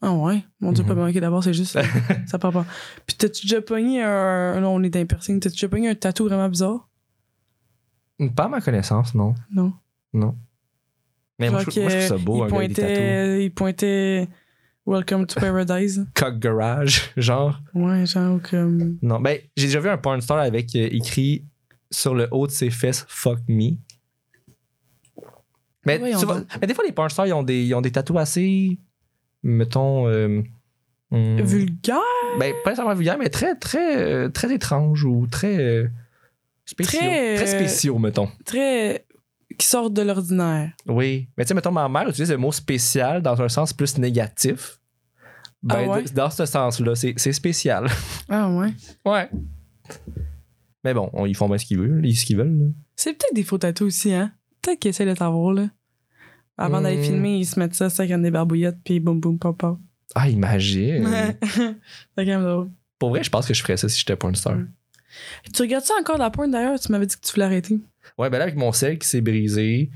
E: Ah, ouais. Mon dieu,
D: Mhm.
E: pas bien. Ok, d'abord,
D: *laughs*
E: c'est juste. ça part pas. Puis, t'as-tu déjà pogné un. Non, on est dans les piercings. T'as-tu déjà pogné un tatou vraiment bizarre?
D: Pas à ma connaissance, non.
E: Non.
D: Non. Mais moi, je,
E: Genre
D: trouve- moi, je
E: que
D: trouve ça beau, hein,
E: il
D: un gars avec des tatous.
E: pointait, il pointait Welcome to Paradise. *laughs*
D: Cock garage, *laughs* genre.
E: ouais, genre comme.
D: Non, ben, j'ai déjà vu un porn star avec euh, écrit sur le haut de ses fesses, fuck me. Mais,
E: Voyons
D: souvent-
E: donc.
D: mais des fois, les porn stars, ils ont des, ils ont des tatous assez, mettons, euh, hum,
E: Vulgaire?
D: ben, pas nécessairement vulgaires, mais très, très, euh, très étranges ou très euh, spéciaux.
E: Très, euh,
D: très spéciaux, mettons.
E: Très. qui sortent de l'ordinaire.
D: Oui. Mais tu sais, mettons, ma mère utilise le mot spécial dans un sens plus négatif. Ben,
E: Ah ouais?
D: d- dans ce sens-là, c'est c'est spécial.
E: Ah ouais.
D: Ouais. Mais bon, on- ils font bien ce qu'ils veulent. Ils, ce qu'ils veulent là.
E: C'est peut-être des faux tatous aussi, hein? Peut-être qu'ils essaient de t'avoir, là. Avant d'aller
D: Hmm.
E: filmer, ils se mettent ça, ça, comme des barbouillettes, puis boum, boum, pop, pop.
D: Ah, imagine.
E: Ouais. *laughs* c'est quand même drôle.
D: Pour vrai, je pense que je ferais ça si j'étais porn star.
E: Mm. Tu regardes ça encore la pointe d'ailleurs? Tu m'avais dit que tu voulais arrêter.
D: Ouais, ben là, avec mon sel qui s'est brisé,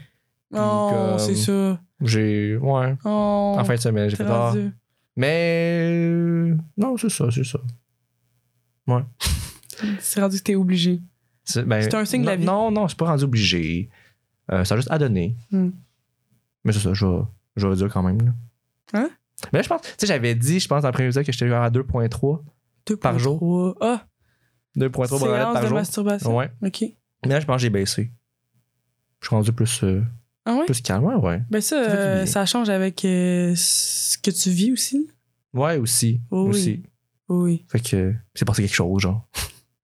E: Oh,
D: comme-
E: c'est ça.
D: j'ai. Ouais.
E: Oh.
D: En fin de semaine, j'ai
E: t'es
D: fait ah,
E: rendu.
D: Mais. euh, Non, c'est ça, c'est ça.
E: C'est rendu que t'es obligé.
D: C'est ben,
E: C'est un signe de la
D: non-
E: vie.
D: Non, non, je suis pas rendu obligé. Euh, ça a juste à donner.
E: Hmm.
D: Mais c'est ça, je vais, je vais réduire quand même. Là.
E: Hein?
D: Mais là, je pense, tu sais, j'avais dit, je pense, dans le premier épisode que j'étais genre à 2.3.
E: Deux
D: Par jour.
E: trois. Ah!
D: 2.3 banalettes
E: séance
D: par
E: de
D: jour.
E: masturbation.
D: Ouais.
E: OK.
D: Mais là, je pense que j'ai baissé. Je suis rendu plus, euh,
E: Ah ouais?
D: plus calme. Ouais, ouais.
E: Ben ça,
D: Ça fait du
E: euh,
D: bien.
E: ça change avec euh, ce que tu vis aussi.
D: Ouais, aussi.
E: Oh Oui.
D: aussi.
E: Oui.
D: Fait que euh, il s'est passé quelque chose, genre.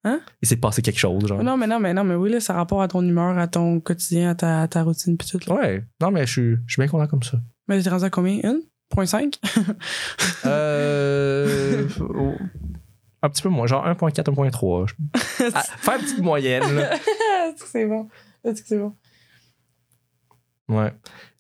E: Hein?
D: *laughs* Il s'est passé quelque chose, genre.
E: Non, mais non, mais non, mais oui, là, ça a rapport à ton humeur, à ton quotidien, à ta, à ta routine, pis tout. là.
D: Ouais. Non, mais je suis, je suis bien content
E: *laughs*
D: comme ça.
E: Mais t'es rendu à combien? Une? Point cinq?
D: Euh. oh, un petit peu moins, genre 1.4, 1.3. Je-
E: *laughs*
D: Ah, faire une petite moyenne, là.
E: *laughs* Est-ce que c'est bon? Est-ce que c'est bon?
D: Ouais.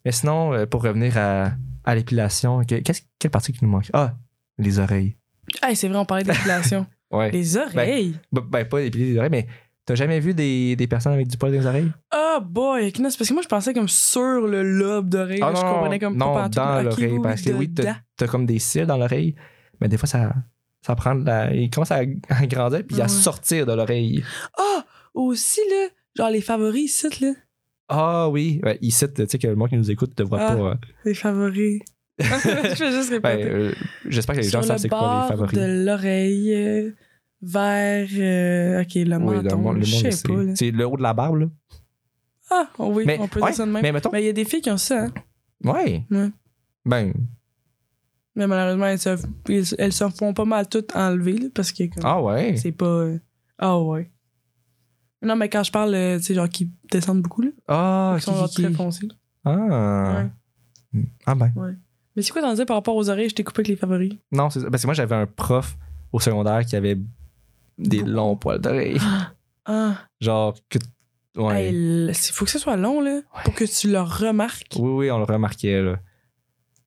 D: Mais sinon, euh, pour revenir à, à l'épilation, que- qu'est-ce, quelle partie qui nous manque? Ah, les oreilles.
E: Hey, c'est vrai, on parlait
D: *laughs*
E: d'épilation.
D: Ouais.
E: Les oreilles!
D: Ben, ben, pas épiler les oreilles, mais t'as jamais vu des, des personnes avec du poil dans les oreilles?
E: Oh boy! non, C'est parce que moi, je pensais comme sur le lobe d'oreille. là, je comprenais comme
D: Ah non,
E: pas
D: dans l'oreille, parce que oui, t'as, t'as comme des cils dans l'oreille, mais des fois, ça, ça prend de la... Il commence à, *laughs* à grandir puis à
E: Ouais.
D: sortir de l'oreille.
E: Ah! aussi, là, genre les favoris ici, là.
D: Ah oui, ouais, ici, tu sais que le monde qui nous écoute ne voit
E: Ah.
D: pas... euh, *laughs*
E: Les favoris. *laughs* je fais juste
D: ben,
E: répéter.
D: euh, j'espère que les
E: sur
D: gens savent
E: le
D: c'est quoi
E: bord
D: les favoris.
E: de l'oreille euh, vers euh, ok le
D: Oui, le
E: menton
D: monde- le
E: je
D: monde le
E: sais
D: sait.
E: pas là.
D: C'est le haut de la barbe, là.
E: ah oui
D: Mais-
E: on peut
D: ouais,
E: dire ça de même
D: Mais mettons...
E: mais il y a des filles qui ont ça hein.
D: Ouais.
E: Ouais.
D: Ben,
E: mais malheureusement elles se, elles- elles se font pas mal toutes enlever là, parce que comme,
D: ah ouais.
E: c'est pas euh, ah ouais non mais quand je parle euh, tu sais genre qui descendent beaucoup là
D: Ah,
E: qui sont
D: qui-
E: genre
D: qui-
E: très
D: qui-
E: foncés là.
D: Ah. Ah ben.
E: Ouais. Mais c'est quoi t'en disais par rapport aux oreilles? Je t'ai coupé avec les favoris.
D: Non, c'est ça. Parce que moi, j'avais un prof au secondaire qui avait des longs poils d'oreille.
E: Ah,
D: Genre que. Ouais.
E: il faut que ce soit long, là, pour que tu le remarques.
D: Oui, oui, on le remarquait, là.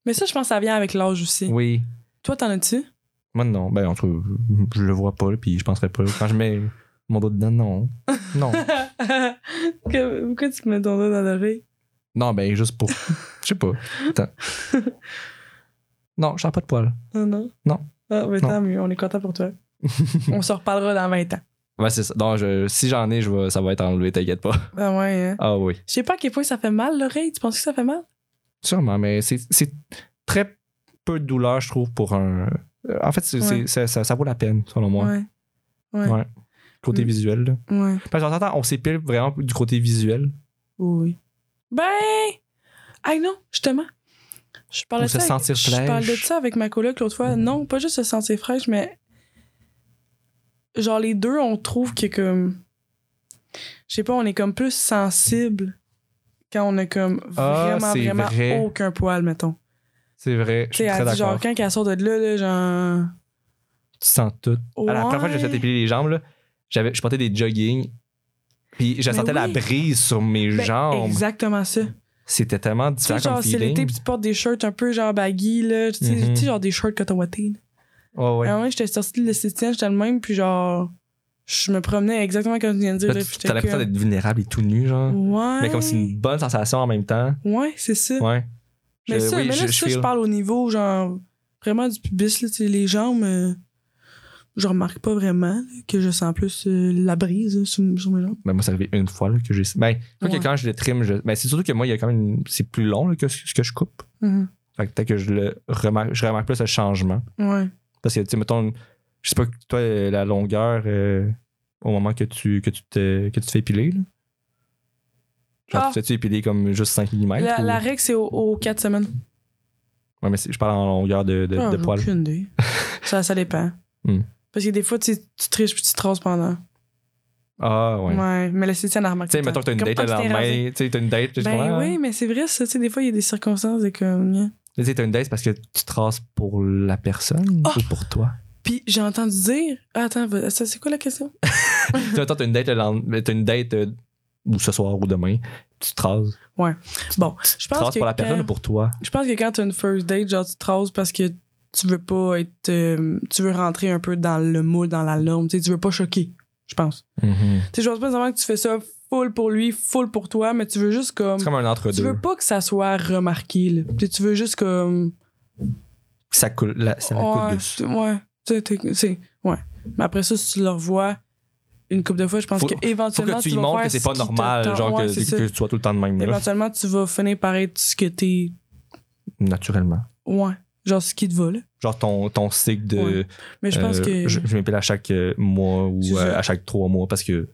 E: Mais ça, je pense que ça vient avec l'âge aussi.
D: Oui.
E: Toi, t'en as-tu? *laughs*
D: Moi, non. Ben, en tout cas, je le vois pas, là, puis je penserais pas. Quand je mets mon doigt dedans,
E: *laughs*
D: non. Non.
E: Que- Pourquoi tu me mets ton doigt dans l'oreille?
D: non, ben, juste pour. Je sais pas.
E: *laughs*
D: Attends. Non, je sens pas de poils.
E: Non, non.
D: Non.
E: Ah, ben
D: Non.
E: tant mieux, on est
D: *laughs*
E: content pour toi. on se reparlera dans 20 ans.
D: Ouais, c'est ça. Non, je- si j'en ai, je vais- ça va être enlevé, t'inquiète pas.
E: Ah ouais, hein?
D: *laughs* Ah oui.
E: Je sais pas à quel point ça fait mal l'oreille. Tu penses que ça fait mal?
D: Sûrement, mais c'est c'est très peu de douleur, je trouve, pour un. Euh, En fait, c'est- c'est-
E: Ouais.
D: ça, ça- ça vaut la peine, selon moi.
E: Ouais. Ouais.
D: Ouais. Côté
E: Mm.
D: visuel, là.
E: Ouais.
D: Parce qu'on s'entend, on s'épile vraiment du côté visuel.
E: Oui. Ben! Ah non, justement. Je parlais
D: Ou
E: de
D: se
E: ça. avec-
D: sentir
E: Je parlais de
D: fraîche.
E: ça avec ma coloc l'autre fois.
D: Mhm.
E: Non, pas juste se sentir fraîche, mais. Genre, les deux, on trouve que comme. Je sais pas, on est comme plus sensible quand on a comme
D: Ah,
E: vraiment,
D: c'est
E: vraiment
D: vrai.
E: aucun poil, mettons.
D: C'est vrai, je
E: Tu sais,
D: suis très
E: elle dit genre,
D: d'accord.
E: quand elle sort de là, là genre.
D: Tu sens tout. À la première fois que j'ai fait
E: Ouais.
D: épiler les jambes, là, j'avais, je portais des joggings. Puis je
E: Mais
D: sentais la
E: Ben oui.
D: brise sur mes
E: Ben,
D: jambes.
E: Exactement ça.
D: C'était tellement
E: Tu sais,
D: différent comme
E: genre, c'est l'été,
D: feeling.
E: puis tu portes des shirts un peu genre baggy, là. Tu sais,
D: Mhm.
E: tu sais, genre des shirts coton-wattés.
D: Ouais, ouais.
E: Ah ouais, j'étais sortie de l'esthéticienne, j'étais le même, puis genre, je me promenais exactement comme tu viens de dire.
D: Là,
E: là,
D: tu-
E: puis j'étais
D: T'as l'impression
E: comme,
D: d'être vulnérable et tout nu, genre.
E: Ouais.
D: Mais comme c'est une bonne sensation en même temps.
E: Ouais, c'est ça.
D: Ouais.
E: mais
D: Je-
E: ça,
D: oui,
E: mais là,
D: je- je
E: ça, je
D: feel.
E: parle au niveau, genre, vraiment du pubis, là, tu sais, les jambes, euh, je remarque pas vraiment là, que je sens plus euh, la brise là, sous, sur mes jambes.
D: Ben, moi, c'est arrivé une fois là, que j'ai. Ben, quoi que
E: Ouais.
D: quand je le trim, je... ben, c'est surtout que moi, il y a quand même. une- C'est plus long là, que ce ce que je coupe.
E: Mhm.
D: Fait que peut-être que je le remarque, je remarque plus le changement.
E: Ouais.
D: Parce que, tu sais, mettons, je sais pas, toi, euh, la longueur euh, au moment que tu, que tu, te, que tu te fais épiler, là. Genre,
E: Ah.
D: tu te fais épiler comme juste 5 mm?
E: La, la règle, c'est au- aux 4 semaines.
D: Ouais, mais c'est- je parle en longueur de, de,
E: Ah,
D: de
E: j'ai
D: poil. *laughs*
E: aucune idée. ça, ça dépend.
D: Hmm.
E: Parce que des fois, tu sais, tu triches puis tu te traces pendant.
D: Ah, ouais.
E: Ouais. Mais l'esthéticienne, elle remarque.
D: Tu sais,
E: tout le
D: mettons que
E: temps.
D: t'as une
E: Comme,
D: date
E: Ah,
D: le
E: tu t'es rasé.
D: lendemain, tu sais, t'as une date, tu sais,
E: Ben
D: ah.
E: oui, mais c'est vrai, ça, tu sais, des fois, il y a des circonstances de comme. hein. gna.
D: Mais tu sais, t'as une date c'est parce que tu traces pour la personne
E: Ah!
D: ou pour toi.
E: Puis j'ai entendu dire. Ah, Attends, va- ça, c'est quoi la question?
D: tu sais, mettons, t'as une date le lendemain, t'as une date euh, ou ce soir ou demain, tu traces.
E: Bon, je
D: Tu
E: pense
D: traces
E: que.
D: pour la
E: quand-
D: personne ou pour toi.
E: Je pense que quand t'as une first date, genre, tu te traces parce que tu veux pas être. euh, tu veux rentrer un peu dans le moule, dans la norme. Tu sais, tu veux pas choquer, je pense.
D: Mm-hmm.
E: Tu sais, je pense pas nécessairement que tu fais ça full pour lui, full pour toi, mais tu veux juste comme.
D: C'est comme un
E: Tu
D: entre-deux.
E: veux pas que ça soit remarqué, là. Puis tu veux juste comme.
D: Ça coule, la, ça la coule
E: ouais,
D: dessus.
E: t- ouais. Tu sais, t'es- c'est- ouais. Mais après ça, si tu le revois une couple de fois, je pense
D: Faut-
E: que
D: Faut
E: éventuellement
D: que tu lui
E: vas
D: montres
E: faire
D: que c'est
E: ce
D: pas
E: qui te
D: normal,
E: tend-
D: genre
E: ouais,
D: que,
E: c'est ça.
D: que tu sois tout le temps de même. là.
E: Éventuellement, tu vas finir par être ce que t'es.
D: Naturellement.
E: Ouais. Genre ce qui te va, là.
D: Genre ton, ton cycle de.
E: Ouais. Mais je pense
D: euh,
E: que.
D: Je, je m'épile à chaque euh, mois ou
E: C'est
D: euh,
E: ça.
D: à chaque trois mois parce que.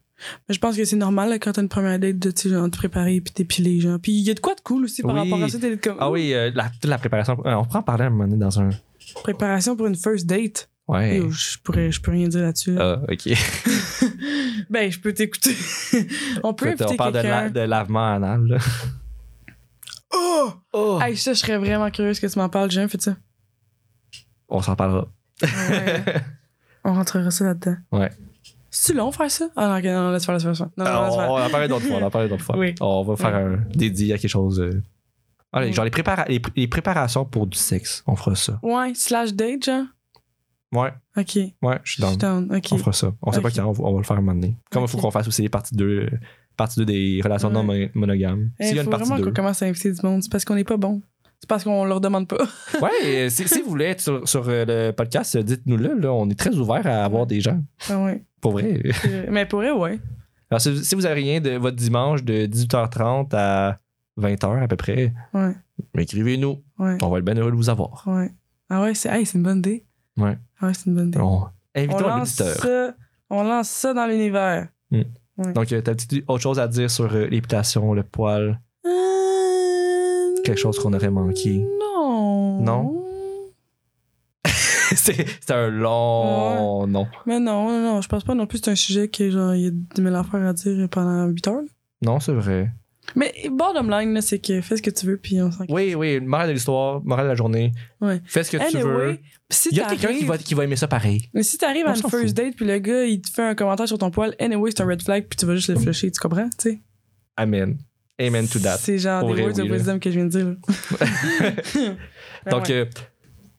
E: Mais je pense que c'est normal là, quand t'as une première date de tu sais, genre, te préparer puis t'épiler. Genre. Puis il y a de quoi de cool aussi par
D: Oui.
E: rapport à ça. T'es comme,
D: Ah oui, euh, la, toute la préparation. euh, on prend en parler à un moment donné dans un.
E: oh, Préparation pour une first date.
D: Ouais.
E: Yo, je, pourrais, je peux rien dire là-dessus. là.
D: Ah, ok.
E: Ben, je peux t'écouter. *laughs* On peut
D: on
E: inviter
D: parle de, la-
E: quelqu'un.
D: de lavement anal. Là.
E: Oh!
D: *laughs* Oh!
E: Hey, ça, je serais vraiment curieuse que tu m'en parles. J'ai jamais
D: *laughs*
E: fait ça.
D: On s'en parlera. *laughs*
E: Ouais. On rentrera ça là-dedans.
D: Ouais.
E: C'est-tu long faire ça? Ah non, ok, non, laisse faire, laisse faire, laisse faire. Non, non,
D: Ah,
E: laisse
D: on,
E: faire.
D: on en parle d'autres fois. On en parle d'autres fois.
E: Oui.
D: On va faire un dédié à quelque chose. euh. Allez,
E: Oui.
D: genre les, prépara- les, les préparations pour du sexe. On fera ça.
E: Ouais, slash date, genre?
D: Ouais,
E: Ok.
D: ouais, je suis
E: Je
D: dans.
E: suis down. Ok.
D: On fera ça. On sait
E: Ok.
D: pas quand, on va, on va le faire un moment donné. Comme il faut
E: Ok.
D: qu'on fasse aussi les parties 2, euh, partie 2 des relations non mono- monogames.
E: Eh,
D: S'il y a une
E: faut
D: partie
E: vraiment
D: 2.
E: qu'on commence à inviter du monde. C'est parce qu'on n'est pas bon. C'est parce qu'on leur demande pas. *laughs*
D: ouais, euh, si, si vous voulez être sur, sur, euh, le podcast, euh, dites-nous-le. là. on est très ouvert à avoir des gens.
E: ah ouais.
D: Pour vrai. *laughs*
E: c'est vrai. Mais pour eux, ouais.
D: Alors, si, si vous avez rien de votre dimanche de 18h30 à 20h à peu près,
E: Ouais.
D: écrivez-nous.
E: Ouais.
D: On va être bien heureux de vous avoir.
E: Ouais. Ah ouais, c'est hey, c'est une bonne idée.
D: Ouais.
E: Ah ouais, c'est une bonne idée.
D: On-
E: On
D: Invitons un
E: lance,
D: auditeur.
E: ça, on lance ça dans l'univers.
D: Donc, euh, t'as petite autre chose à dire sur euh, l'épilation, le poil. *laughs*
E: Euh,
D: Quelque chose qu'on aurait manqué.
E: Non.
D: Non? c'est c'est un long nom.
E: Mais non, non, non, je pense pas non plus. C'est un sujet que genre, il y a 10 000 affaires à dire pendant 8 heures.
D: Non, c'est vrai.
E: Mais bottom line, là, c'est que fais ce que tu veux, puis on s'en
D: Oui, oui, morale de l'histoire, morale de la journée.
E: Ouais.
D: Fais ce que tu veux.
E: Anyway, si
D: Il y a quelqu'un qui
E: t'arrives-
D: va, qui va aimer ça pareil.
E: Mais si t'arrives
D: On
E: à une
D: s'en
E: first
D: fout.
E: date, puis le gars, il te fait un commentaire sur ton poil, anyway, c'est un red flag, puis tu vas juste le flusher, tu comprends? Tu sais?
D: Amen. Amen to that.
E: C'est genre
D: Pour
E: des
D: vrai,
E: words
D: oui,
E: of
D: là.
E: wisdom que je viens de dire. là. *laughs*
D: *laughs*
E: Ben
D: Donc,
E: ouais.
D: euh,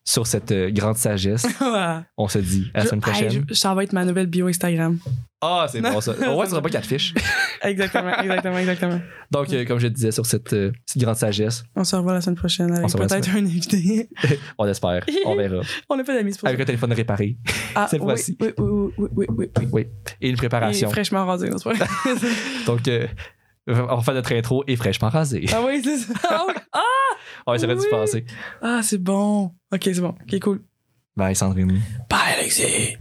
D: sur cette euh, grande sagesse,
E: Ah.
D: on se dit à la
E: Je-
D: semaine
E: hey,
D: prochaine.
E: je- Ça va être ma nouvelle bio Instagram.
D: Ah, c'est bon ça. Au moins, tu n'auras pas quatre fiches.
E: Exactement, exactement, exactement.
D: Donc, euh, comme je disais, sur cette euh, petite grande sagesse,
E: On se revoit la semaine prochaine
D: On
E: avec
D: se revoit la
E: peut-être un invité. *laughs*
D: on espère, on verra.
E: On n'a pas d'amis, c'est pour ça.
D: Avec un téléphone
E: *laughs*
D: réparé
E: Ah,
D: cette
E: oui,
D: fois-ci.
E: Oui, oui, oui, oui, oui, oui.
D: et une
E: Et
D: préparation.
E: fraîchement rasé, non, c'est pas vrai.
D: Donc, euh, on va faire notre intro et fraîchement rasé.
E: *laughs* Ah oui, c'est ça. Ah, oui. Ah!
D: On ça aurait dû
E: oui.
D: passer.
E: Ah, c'est bon. Ok, c'est bon. Ok, cool.
D: Bye, Sandrine.
E: Bye, Alexis.